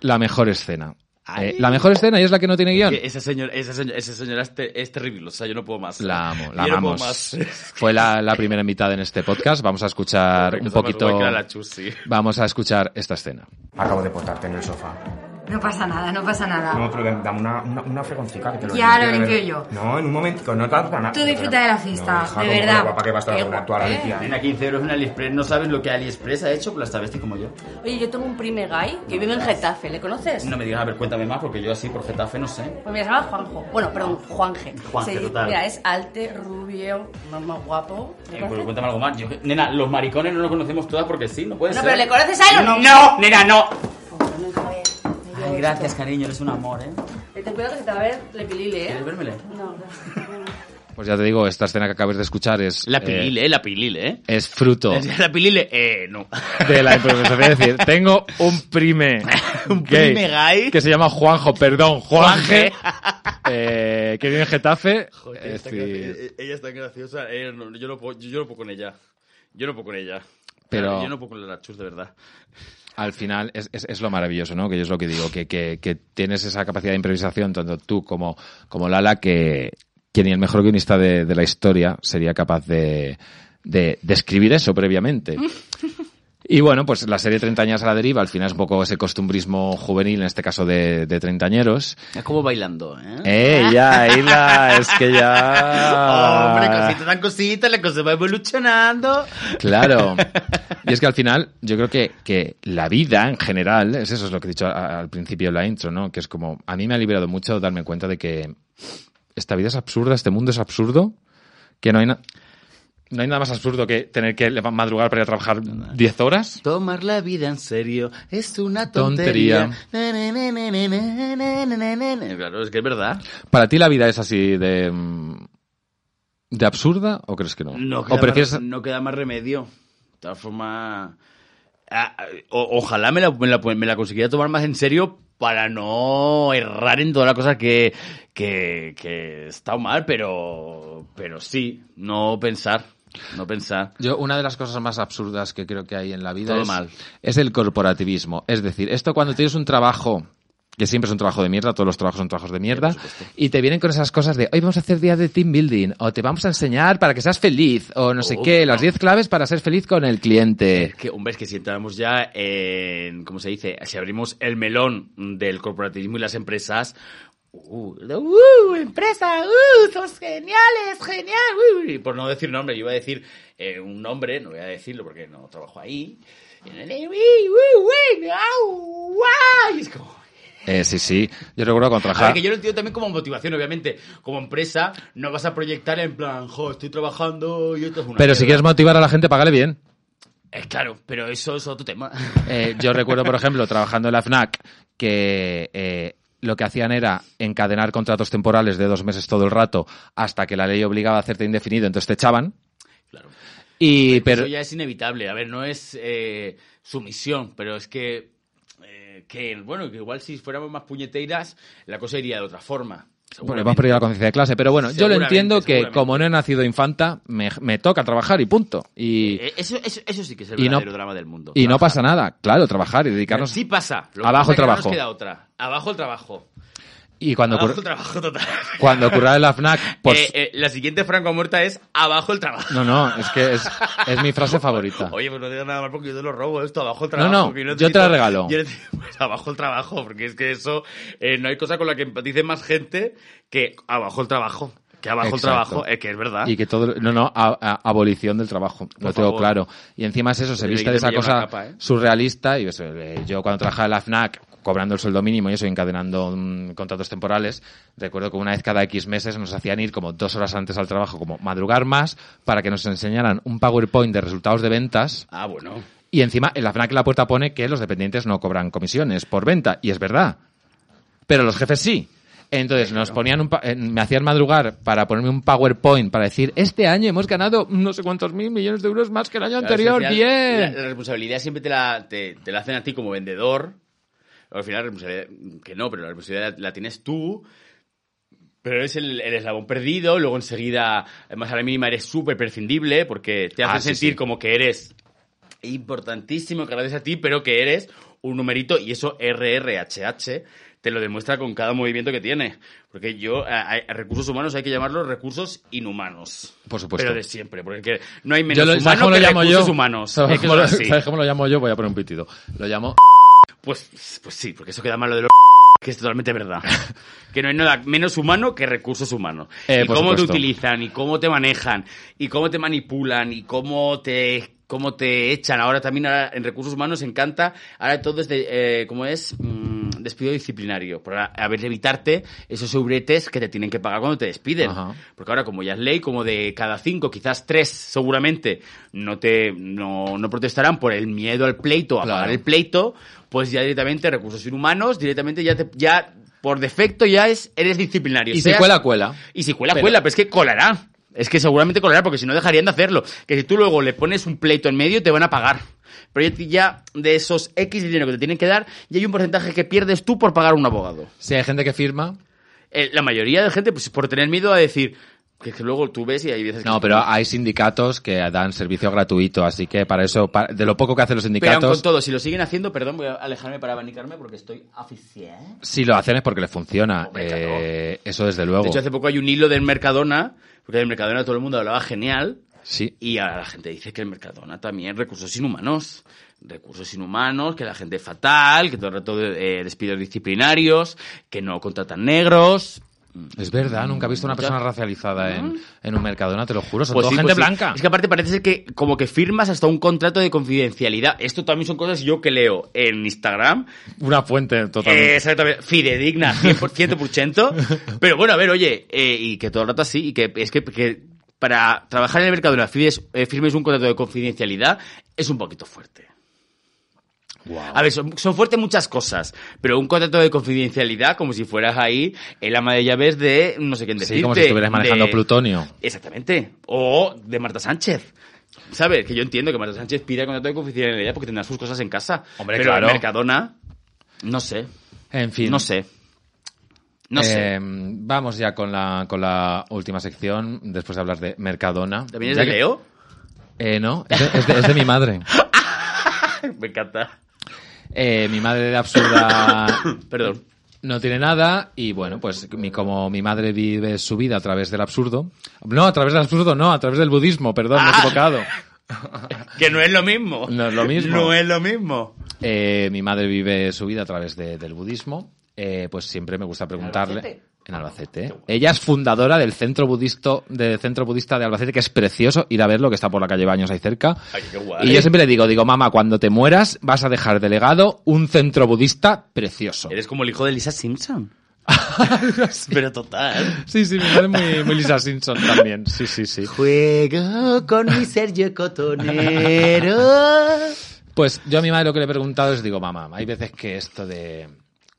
la mejor escena. Eh, la mejor escena y es la que no tiene guión.
Que Esa señora, esa señora, esa señora es, te- es terrible. O sea, yo no puedo más.
La amo, la
Yo no puedo
amamos.
más.
[LAUGHS] Fue la, la primera invitada en este podcast. Vamos a escuchar
Qué
un
cosa más
poquito.
guay que la Lachus, sí.
Vamos a escuchar esta escena.
Acabo de portarte en el sofá.
No pasa nada, no pasa nada.
No, pero dame una, una, una fregoncica que te lo
Ya lo
de
limpio
verdad. No, en un momentico, no tarda nada.
Tú disfruta de la fiesta,
hija,
de
con lo
verdad.
guapa que vas a estar
Qué
con
guapa,
tu
¿eh?
Alicia.
Nena, 15 euros en AliExpress. No sabes lo que AliExpress ha hecho con las travestis como yo.
Oye, yo tengo un prime guy que vive en Getafe, ¿le conoces?
No me digas, a ver, cuéntame más, porque yo así por Getafe no sé.
Pues mira, se llama Juanjo. Bueno, perdón, Juanje.
Juanje,
Se-
total.
Mira, es alte, rubio, más, más guapo. ¿Le
Eh, pero
conoces?
cuéntame algo más. Yo- nena, los maricones no los conocemos todas porque sí, no puede
No,
ser.
pero ¿le conoces a él o no?
¡No, nena, no! Ay, gracias, cariño, eres un amor, ¿eh?
Eh, Ten cuidado que se te va a ver lepilile, ¿eh?
¿Quieres vérmele?
No, gracias.
Pues ya te digo, esta escena que acabas de escuchar es.
La
eh,
pilile, eh, la pilile, ¿eh?
es fruto
[LAUGHS] La pilile, eh, [LAUGHS] no.
[LAUGHS] de la improvisación. Es decir, tengo un
[LAUGHS]
prime. un
prime gay.
Que se llama Juanjo, perdón, Juanje. eh, que vive en Getafe.
Joder,
Es
está
decir,
gra- eh, Ella está graciosa. eh, no, yo, no puedo, yo, yo no puedo con ella. Yo no puedo con ella.
Pero-
Yo no puedo con la chus, de verdad.
al final es, es- es lo maravilloso, ¿no? Que yo es lo que digo, que, que- que tienes esa capacidad de improvisación, tanto tú como, como Lala, que, que ni el mejor guionista de, [LAUGHS] de la historia sería capaz de, de, de escribir eso previamente. Y bueno, pues la serie Treintañas a la deriva al final es un poco ese costumbrismo juvenil, en este caso de, de treintañeros.
Es como bailando, ¿eh?
¡Eh, ya, Ila! Es que ya...
[LAUGHS] Hombre, cosita tan cosita, la cosa va evolucionando.
Claro. Y es que al final, yo creo que, que la vida en general, es eso es lo que he dicho a- al principio de la intro, ¿no? Que es como, a mí me ha liberado mucho darme cuenta de que esta vida es absurda, este mundo es absurdo, que no hay, na- no hay nada más absurdo que tener que leva- madrugar para ir a trabajar 10 horas.
Tomar la vida en serio es una
Tontería.
tontería. Na, na, na, na, na, na, na, na, na, na. Claro, es que es verdad.
¿Para ti la vida es así de... mm, ¿De absurda o crees que no?
No queda,
¿O prefieres...
más, no queda más remedio. De todas formas. ah, ah, o- ojalá me la, me, la, me la conseguiera tomar más en serio para no errar en todas las cosas que, que, que he estado mal, pero, pero sí, no pensar. No pensar.
Yo, una de las cosas más absurdas que creo que hay en la vida
Todo
es,
mal.
es el corporativismo. Es decir, esto cuando tienes un trabajo, que siempre es un trabajo de mierda, todos los trabajos son trabajos de mierda, y te vienen con esas cosas de hoy vamos a hacer día de team building, o te vamos a enseñar para que seas feliz, o no sé
Oh,
qué, las 10 claves para ser feliz con el cliente.
Que, hombre, es que si entramos ya en, ¿cómo se dice? Si abrimos el melón del corporativismo y las empresas, uh, ¡uh! ¡Empresa! ¡Uh! ¡Sos geniales! ¡Genial! ¡Uh! Y por no decir nombre, yo iba a decir eh, un nombre, no voy a decirlo porque no trabajo ahí. Y en el- ¡uy, uy, uy! ¡Au! ¡Guau! Y es como,
Eh, sí, sí. Yo recuerdo cuando
a ver,
trabajaba...
que yo lo entiendo también como motivación, obviamente. Como empresa, no vas a proyectar en plan, jo, estoy trabajando y esto es una
Pero si
mierda".
quieres motivar a la gente, págale bien.
Eh, claro, pero eso es otro tema. [LAUGHS]
Eh, yo recuerdo, por ejemplo, trabajando en la FNAC, que eh, lo que hacían era encadenar contratos temporales de dos meses todo el rato hasta que la ley obligaba a hacerte indefinido, entonces te echaban. Y, pero,
pues Eso ya es inevitable. A ver, no es eh, sumisión, pero es que, eh, que, bueno, que igual si fuéramos más puñeteiras, la cosa iría de otra forma.
bueno, hemos perdido la conciencia de clase, pero bueno, yo lo
Seguramente,
entiendo que
seguramente.
como no he nacido infanta, me, me toca trabajar y punto. Y,
Eh, Eso, eso, eso sí que es el
y no,
verdadero drama del mundo.
y no pasa nada, claro, trabajar y dedicarnos.
Sí pasa. Lo que
Abajo
pasa es que no
trabajo.
nos queda otra. Abajo el trabajo.
Y cuando,
abajo
ocurra-
el trabajo total.
cuando ocurra en la FNAC, pues...
[LAUGHS] Eh, eh, la siguiente franco muerta es abajo el trabajo.
No, no, es que es, es mi frase favorita.
[LAUGHS] Oye, pues no digas nada mal porque yo te lo robo esto, abajo el
No,
trabajo.
no,
que
yo te la
necesito-
regalo.
yo necesito- [LAUGHS] pues abajo el trabajo, porque es que eso, eh, no hay cosa con la que empatice más gente que abajo el trabajo. Que abajo el
Exacto.
trabajo, es que es verdad.
Y que todo, no, no, a- a- abolición del trabajo, lo tengo
favor.
claro. Y encima es eso, se
Oye,
viste
que
de
te
esa
me lleva
cosa
la capa, ¿eh?
surrealista. Y eso, eh, yo cuando trabajaba en la FNAC, cobrando el sueldo mínimo, yo soy encadenando mm, contratos temporales, recuerdo que una vez cada X meses nos hacían ir como dos horas antes al trabajo, como madrugar más, para que nos enseñaran un PowerPoint de resultados de ventas.
Ah, bueno.
Y encima, en la FNAC la puerta pone que los dependientes no cobran comisiones por venta, y es verdad. Pero los jefes sí. Entonces nos ponían un pa- eh, me hacían madrugar para ponerme un PowerPoint para decir, este año hemos ganado no sé cuántos mil millones de euros más que el año
Claro, es
anterior,
que al final
bien.
La, la responsabilidad siempre te la, te, te la hacen a ti como vendedor. Al final, la responsabilidad, que no, pero la responsabilidad la tienes tú. Pero eres el, el eslabón perdido, luego enseguida, además a la mínima, eres súper prescindible porque te
Ah,
hacen
sí,
sentir
sí.
como que eres importantísimo, que agradeces a ti, pero que eres un numerito y eso RRHH te lo demuestra con cada movimiento que tiene. Porque yo, a, a- a recursos humanos hay que llamarlos recursos inhumanos.
Por supuesto.
Pero de siempre, porque es que no hay menos
Yo lo, ¿sabes
humano
cómo lo
que
llamo yo?
recursos
[LAUGHS]
humanos.
¿Sabes
Es que
cómo
son
lo-
así.
¿Sabes cómo lo llamo yo? Voy a poner un pitido. Lo llamo
Pues, pues sí, porque eso queda malo de los que es
[LAUGHS]
totalmente verdad. que no hay nada menos humano que recursos humanos.
Eh,
y
por
cómo
supuesto.
te utilizan, y cómo te manejan, y cómo te manipulan, y cómo te cómo te echan. Ahora también ahora en recursos humanos encanta, ahora todo es de, eh, ¿cómo es? Mm, despido disciplinario. Por a, a ver, evitarte esos euretes que te tienen que pagar cuando te despiden.
Ajá.
Porque ahora, como ya es ley, como de cada cinco, quizás tres, seguramente, no te no, no protestarán por el miedo al pleito, a
Claro.
pagar el pleito, pues ya directamente recursos inhumanos, directamente ya te, ya por defecto ya es eres disciplinario.
Y si
Seas-
cuela, cuela.
Y si cuela,
Pero-
cuela, pero es que colará. Es que seguramente colará, porque si no dejarían de hacerlo. Que si tú luego le pones un pleito en medio, te van a pagar. Pero ya, ya de esos X dinero que te tienen que dar, ya hay un porcentaje que pierdes tú por pagar a un abogado.
Si hay gente que firma.
Eh, la mayoría de gente, pues por tener miedo a decir, que, es que luego tú ves y hay veces que...
No, pero hay sindicatos que dan servicio gratuito, así que para eso, pa- de lo poco que hacen los
Pero aun
sindicatos,
con todo, si lo siguen haciendo, perdón, voy a alejarme para abanicarme porque estoy ¿eh? aficiada.
si lo hacen es porque les funciona. Eh, eso desde luego.
De hecho, hace poco hay un hilo del Mercadona, porque del Mercadona todo el mundo hablaba genial,
Sí.
y ahora la gente dice que el Mercadona también recursos inhumanos. recursos inhumanos, que la gente es fatal, que todo el rato eh, despidos disciplinarios, que no contratan negros.
Es verdad, nunca he visto una persona racializada en, en un mercadona, te lo juro. Son
Pues
toda
sí,
gente
pues sí.
blanca.
Es que aparte parece ser que como que firmas hasta un contrato de confidencialidad. Esto también son cosas yo que leo en Instagram.
Una fuente totalmente.
Eh, exactamente. Fidedigna, 100%, 100%. pero bueno, a ver, oye, eh, y que todo el rato así, y que es que, que para trabajar en el mercado de las fides, eh, firmes un contrato de confidencialidad es un poquito fuerte. A ver, son, son fuertes muchas cosas, pero un contrato de confidencialidad, como si fueras ahí el ama de llaves de no sé quién decirte.
Sí, como si estuvieras manejando
de-
plutonio.
Exactamente. O de Marta Sánchez. ¿Sabes? Que yo entiendo que Marta Sánchez pida contrato de confidencialidad porque tendrá sus cosas en casa.
Hombre,
Pero
claro.
en Mercadona, no sé.
En fin.
No sé. No sé.
Eh, Vamos ya con la, con la última sección, después de hablar de Mercadona.
¿También es
Ya
de
que-
Leo? [LAUGHS]
Eh, no, es de- es de- es de mi madre.
Me encanta.
Eh, mi madre de absurda.
[COUGHS] Perdón.
No tiene nada y bueno, pues mi, como mi madre vive su vida a través del absurdo. No, a través del absurdo, no, a través del budismo, perdón,
Ah.
me he equivocado.
Que no es lo mismo.
No es lo mismo.
No es lo mismo.
Eh, mi madre vive su vida a través de- del budismo. Eh, pues siempre me gusta preguntarle.
Albacete?
En Albacete. Ella es fundadora del centro, budisto, del centro budista de Albacete, que es precioso. Ir a verlo, que está por la calle Baños ahí cerca.
Ay, qué guay.
Y yo siempre le digo, digo, mamá, cuando te mueras vas a dejar de legado un centro budista precioso.
Eres como el hijo de
[LAUGHS]
Lisa Simpson. Pero total.
Sí, sí, mi madre es muy, muy Lisa Simpson también. Sí, sí, sí.
Juego con mi Sergio Cotonero.
Pues yo a mi madre lo que le he preguntado es, digo, mamá, hay veces que esto de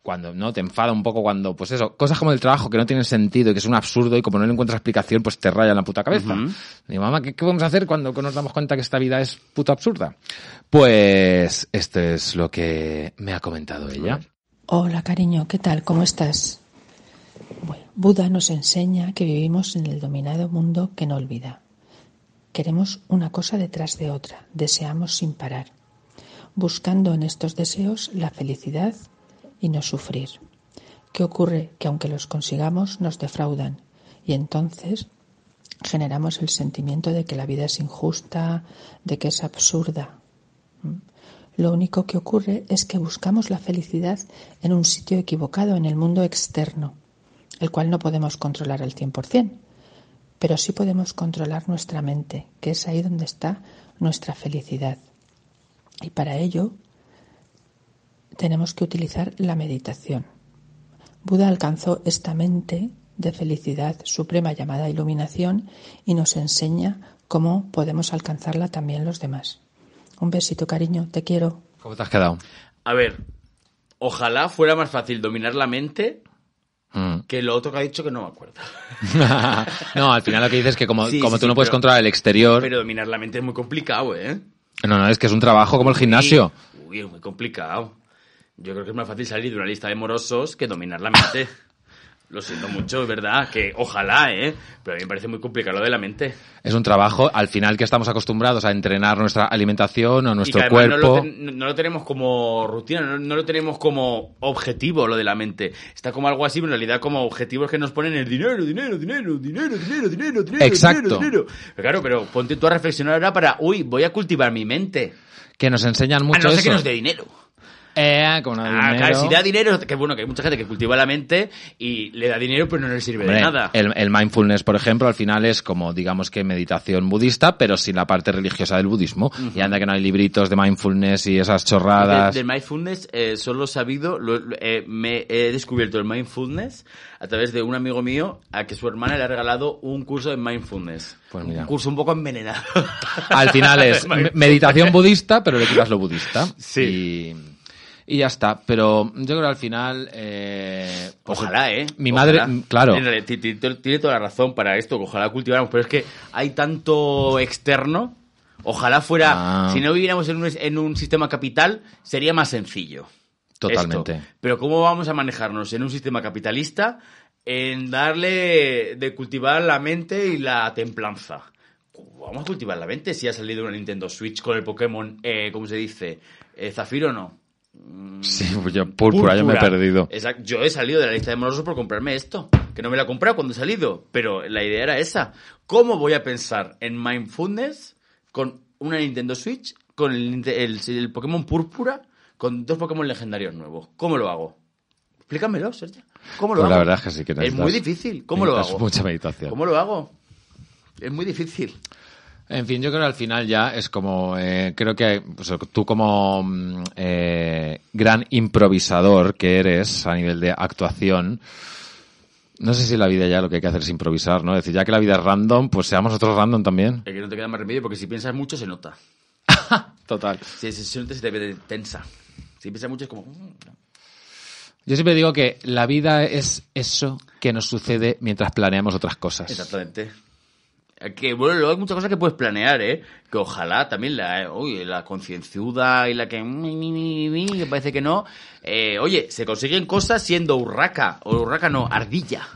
cuando no te enfada un poco cuando pues eso cosas como el trabajo que no tienen sentido y que es un absurdo y como no le encuentras explicación pues te raya en la puta cabeza digo mamá ¿qué, qué vamos a hacer cuando nos damos cuenta que esta vida es puta absurda pues esto es lo que me ha comentado ella
Hola cariño, ¿qué tal? ¿Cómo estás? Bueno, Buda nos enseña que vivimos en el dominado mundo que no olvida. Queremos una cosa detrás de otra, deseamos sin parar, buscando en estos deseos la felicidad y no sufrir. ¿Qué ocurre? Que aunque los consigamos nos defraudan y entonces generamos el sentimiento de que la vida es injusta, de que es absurda, lo único que ocurre es que buscamos la felicidad en un sitio equivocado, en el mundo externo, el cual no podemos controlar al 100%, pero sí podemos controlar nuestra mente, que es ahí donde está nuestra felicidad. Y para ello tenemos que utilizar la meditación. Buda alcanzó esta mente de felicidad suprema llamada iluminación y nos enseña cómo podemos alcanzarla también los demás. Un besito, cariño, te quiero.
cómo te has quedado
A ver, ojalá fuera más fácil dominar la mente
Mm. [LAUGHS]
que lo otro que ha dicho que no me acuerdo.
no al final lo que dices es que como,
Sí,
como
sí,
tú
sí,
no puedes
pero-
controlar el exterior
Pero dominar la mente es muy complicado, ¿eh?
no no es que es un trabajo como el gimnasio
Uy, uy, es muy complicado. Yo creo que es más fácil salir de una lista de morosos que dominar
[LAUGHS]
la mente. Lo siento mucho, es verdad, que ojalá, ¿eh? Pero a mí me parece muy complicado lo de la mente.
Es un trabajo al final que estamos acostumbrados a entrenar nuestra alimentación o nuestro
y que además
cuerpo.
No lo, ten- no lo tenemos como rutina, no, no lo tenemos como objetivo lo de la mente. Está como algo así, pero en realidad como objetivos que nos ponen el dinero, dinero, dinero, dinero, dinero, dinero, dinero,
Exacto.
dinero, dinero. Pero claro, pero ponte tú a reflexionar ahora para, uy, voy a cultivar mi mente.
Que nos enseñan mucho
a Ah, no ser
eso.
que nos dé dinero.
Eh, como no hay
Ah,
dinero.
claro, si da dinero, que bueno, que hay mucha gente que cultiva la mente y le da dinero, pero no le sirve
Hombre,
de nada.
El, el mindfulness, por ejemplo, al final es como, digamos que meditación budista, pero sin la parte religiosa del budismo. Y anda que no hay libritos de mindfulness y esas
De-
chorradas.
[LAUGHS] del mindfulness eh, solo he sabido, lo- lo- eh, me he descubierto el mindfulness a través de un amigo mío a que su hermana le ha regalado un curso de mindfulness.
Pues mira.
Un curso un
[LAUGHS]
poco envenenado.
Al final es
De
me-
[LAUGHS] mindfulness.
meditación budista, pero le quitas lo budista. Sí. Y, y ya está. Pero yo creo que al final... eh, pues,
Ojalá, ¿eh?
Mi
Ojalá.
madre, mm, claro.
En realidad, ti- ti- ti- Tiene toda la razón para esto, que ojalá cultiváramos, pero es que hay tanto externo. Ojalá fuera,
Ah.
si no viviéramos en un, en un sistema capital, sería más sencillo.
Totalmente.
esto. Pero ¿cómo vamos a manejarnos en un sistema capitalista en darle de cultivar la mente y la templanza? Vamos a cultivar la mente si ha salido una Nintendo Switch con el Pokémon, eh, ¿cómo se dice? Eh, ¿Zafiro o no? Mm.
Sí, pues yo, púrpura, yo me he
Púrpura.
perdido.
Exacto. Yo he salido de la lista de morosos por comprarme esto, que no me la he comprado cuando he salido, pero la idea era esa. ¿Cómo voy a pensar en mindfulness con una Nintendo Switch con el, el- el Pokémon Púrpura con dos Pokémon legendarios nuevos. ¿Cómo lo hago? Explícamelo, Sergio. ¿Cómo lo
Pues la
hago?
verdad es que sí que
Es
necesitas-
muy difícil. ¿Cómo lo
necesitas
hago?
mucha meditación.
¿Cómo lo hago? Es muy difícil.
En fin, yo creo que al final ya es como, eh, creo que pues, tú como mm, eh, gran improvisador que eres a nivel de actuación, no sé si en la vida ya lo que hay que hacer es improvisar, ¿no? Es decir, ya que la vida es random, pues seamos nosotros random también.
Es que no te queda más remedio porque si piensas mucho se nota.
Total.
Si si se nota se te tensa. Si piensas mucho es como... mm,
Yo siempre digo que la vida es eso que nos sucede mientras planeamos otras cosas.
Exactamente. Que bueno, luego hay muchas cosas que puedes planear, ¿eh? Que ojalá también la, eh, uy, la concienzuda y la que, mi, mi, mi, mi, que parece que no. Eh, oye, se consiguen cosas siendo urraca, o urraca no, ardilla.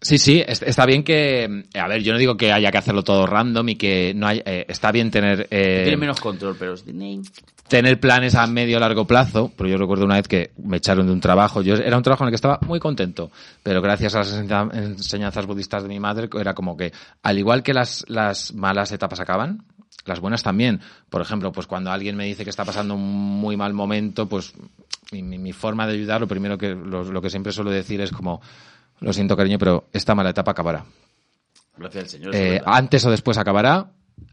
Sí, sí, es- está bien que, a ver, yo no digo que haya que hacerlo todo random y que no haya, eh, está bien tener... eh,
Tiene menos control, pero es Disney.
tener planes a medio o largo plazo, pero yo recuerdo una vez que me echaron de un trabajo, yo era un trabajo en el que estaba muy contento, pero gracias a las enseña- enseñanzas budistas de mi madre era como que al igual que las las malas etapas acaban, las buenas también. Por ejemplo, pues cuando alguien me dice que está pasando un muy mal momento, pues mi, mi- mi forma de ayudar, lo primero que lo, lo que siempre suelo decir es como lo siento cariño, pero esta mala etapa acabará.
Gracias al señor.
Eh,
es verdad.
antes o después acabará,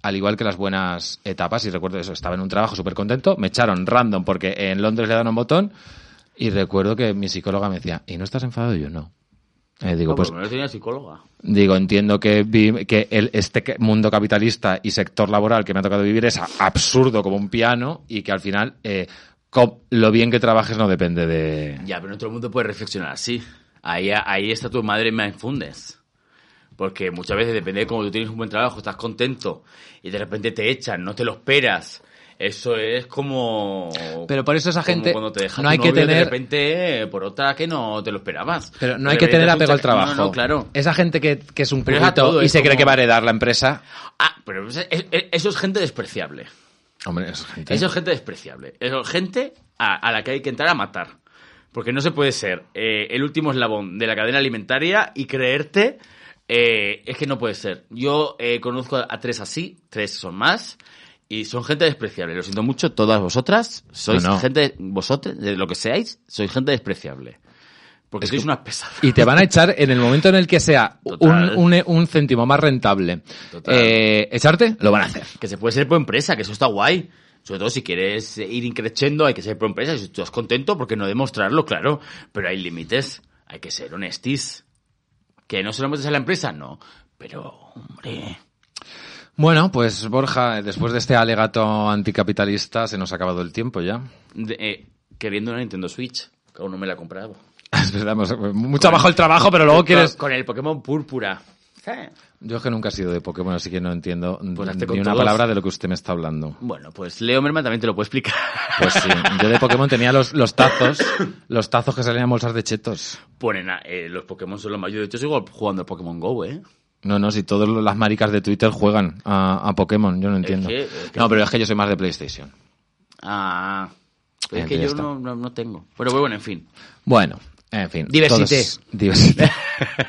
al igual que las buenas etapas. Y recuerdo eso, estaba en un trabajo súper contento, me echaron random porque en Londres le dan un botón y recuerdo que mi psicóloga me decía, ¿y no estás enfadado? Y yo no. Eh, digo,
No,
pues,
por lo menos tenía psicóloga.
digo, entiendo que, vi- que el, este que- mundo capitalista y sector laboral que me ha tocado vivir es a- absurdo como un piano y que al final eh, co- lo bien que trabajes no depende de...
Ya, pero no todo el mundo puede reflexionar así. Ahí, ahí está tu madre me infundes. Porque muchas veces depende de cómo tú tienes un buen trabajo, estás contento y de repente te echan, no te lo esperas. Eso es como.
Pero por eso esa
como
gente
Cuando te deja
no
tu
hay que
novio
tener-
De repente, eh, por otra que no te lo esperabas.
Pero no
De
hay que
repente
tener
es un
apego al
chac- no,
trabajo.
No, no, claro.
Esa gente que, que es un
Pero es a
currito
todo,
y
es
se cree
como-
que va a heredar la empresa.
Ah, pero es- es- es- eso es gente despreciable.
Hombre, es gente.
Eso es gente despreciable. Eso es gente a, a la que hay que entrar a matar. Porque no se puede ser eh, el último eslabón de la cadena alimentaria y creerte. eh, es que no puede ser. Yo eh, conozco a, a tres así, tres son más, y son gente despreciable. Lo siento mucho, todas vosotras sois
No, no.
gente, vosotros, de lo que seáis, sois gente despreciable. Porque sois unas pesadas.
Y te van a echar en el momento en el que sea un,
Total.
un- un céntimo más rentable. eh, echarte, lo van a hacer.
Que se puede ser por empresa, que eso está guay. Sobre todo si quieres ir increciendo, hay que ser por empresa. Si estás contento, porque no demostrarlo? Claro. Pero hay límites. Hay que ser honestis. ¿Que no solamente sea la empresa? No. Pero, hombre...
Bueno, pues Borja, después de este alegato anticapitalista se nos ha acabado el tiempo ya. [LAUGHS]
de- eh, queriendo una Nintendo Switch, que aún no me la he comprado.
Es verdad, hemos- mucho abajo el trabajo, pero luego
Con-
quieres...
Con el Pokémon Púrpura. Eh,
Yo es que nunca he sido de Pokémon, así que no entiendo
Pues hazte
ni
con
una
todos.
palabra de lo que usted me está hablando.
Bueno, pues Leo Merman también te lo puede explicar. [LAUGHS]
Pues sí, yo de Pokémon tenía los, los
[COUGHS]
tazos, los tazos que salían en bolsas de chetos.
Ponen a- eh, los Pokémon son los mayores. De hecho, sigo jugando al Pokémon GO, ¿eh?
No, no, si todas las maricas de Twitter juegan a, a Pokémon, yo no entiendo.
que- es que-
No, pero es que yo soy más de PlayStation.
Ah... pero
Eh,
es que
ya
yo
está.
no, no, no tengo. Pero bueno, en fin.
Bueno, en fin.
Diversité.
todos- diversité.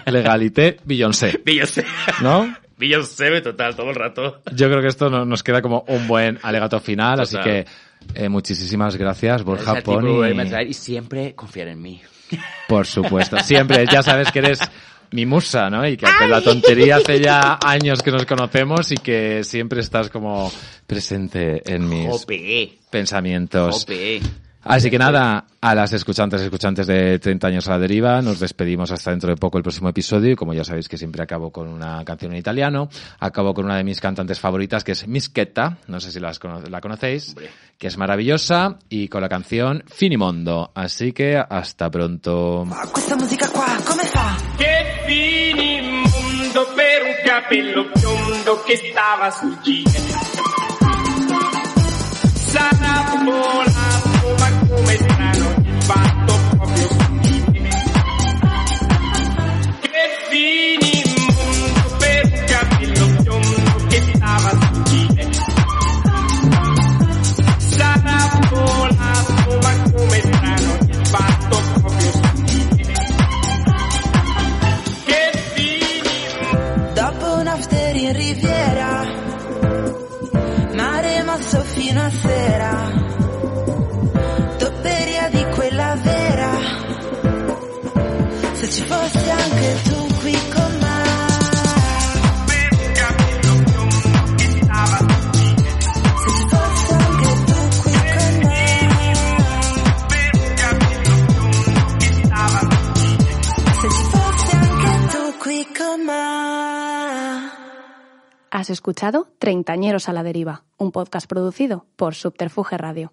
[LAUGHS] Legalité, Beyoncé.
[LAUGHS] Beyoncé.
¿No?
Beyoncé, total, todo el rato.
Yo creo que esto no- nos queda como un buen alegato final, así
Total.
que eh, muchísimas gracias, Borja
Gracias a ti por
Pony.
volverme a traer y siempre confiar en mí.
Por supuesto, siempre, ya sabes que eres mi musa, ¿no? Y que aunque la tontería hace ya años que nos conocemos y que siempre estás como presente en mis
Jope,
pensamientos.
jope.
Así que nada, a las escuchantes y escuchantes de 30 años a la deriva, nos despedimos hasta dentro de poco el próximo episodio y como ya sabéis que siempre acabo con una canción en italiano, acabo con una de mis cantantes favoritas que es Mischetta, no sé si las cono- la conocéis, que es maravillosa y con la canción Finimondo. Así que hasta pronto.
Questa musica qua come fa? Che finimondo per un capello biondo che stava sul giro. Sarà volato, ma come strano il fatto proprio su di me. Che finimondo per un capello biondo che stava sul giro. Sarà volato, ma come strano il fatto proprio su di me. Che Dopo un after in riviera, mare mosso fino
una sera, topperia di quella vera. Se ci fossi anche tu qui con me. Se ci fossi anche tu qui con me. Se ci fossi anche tu qui con me.
Has escuchado Treintañeros a la Deriva, un podcast producido por Subterfuge Radio.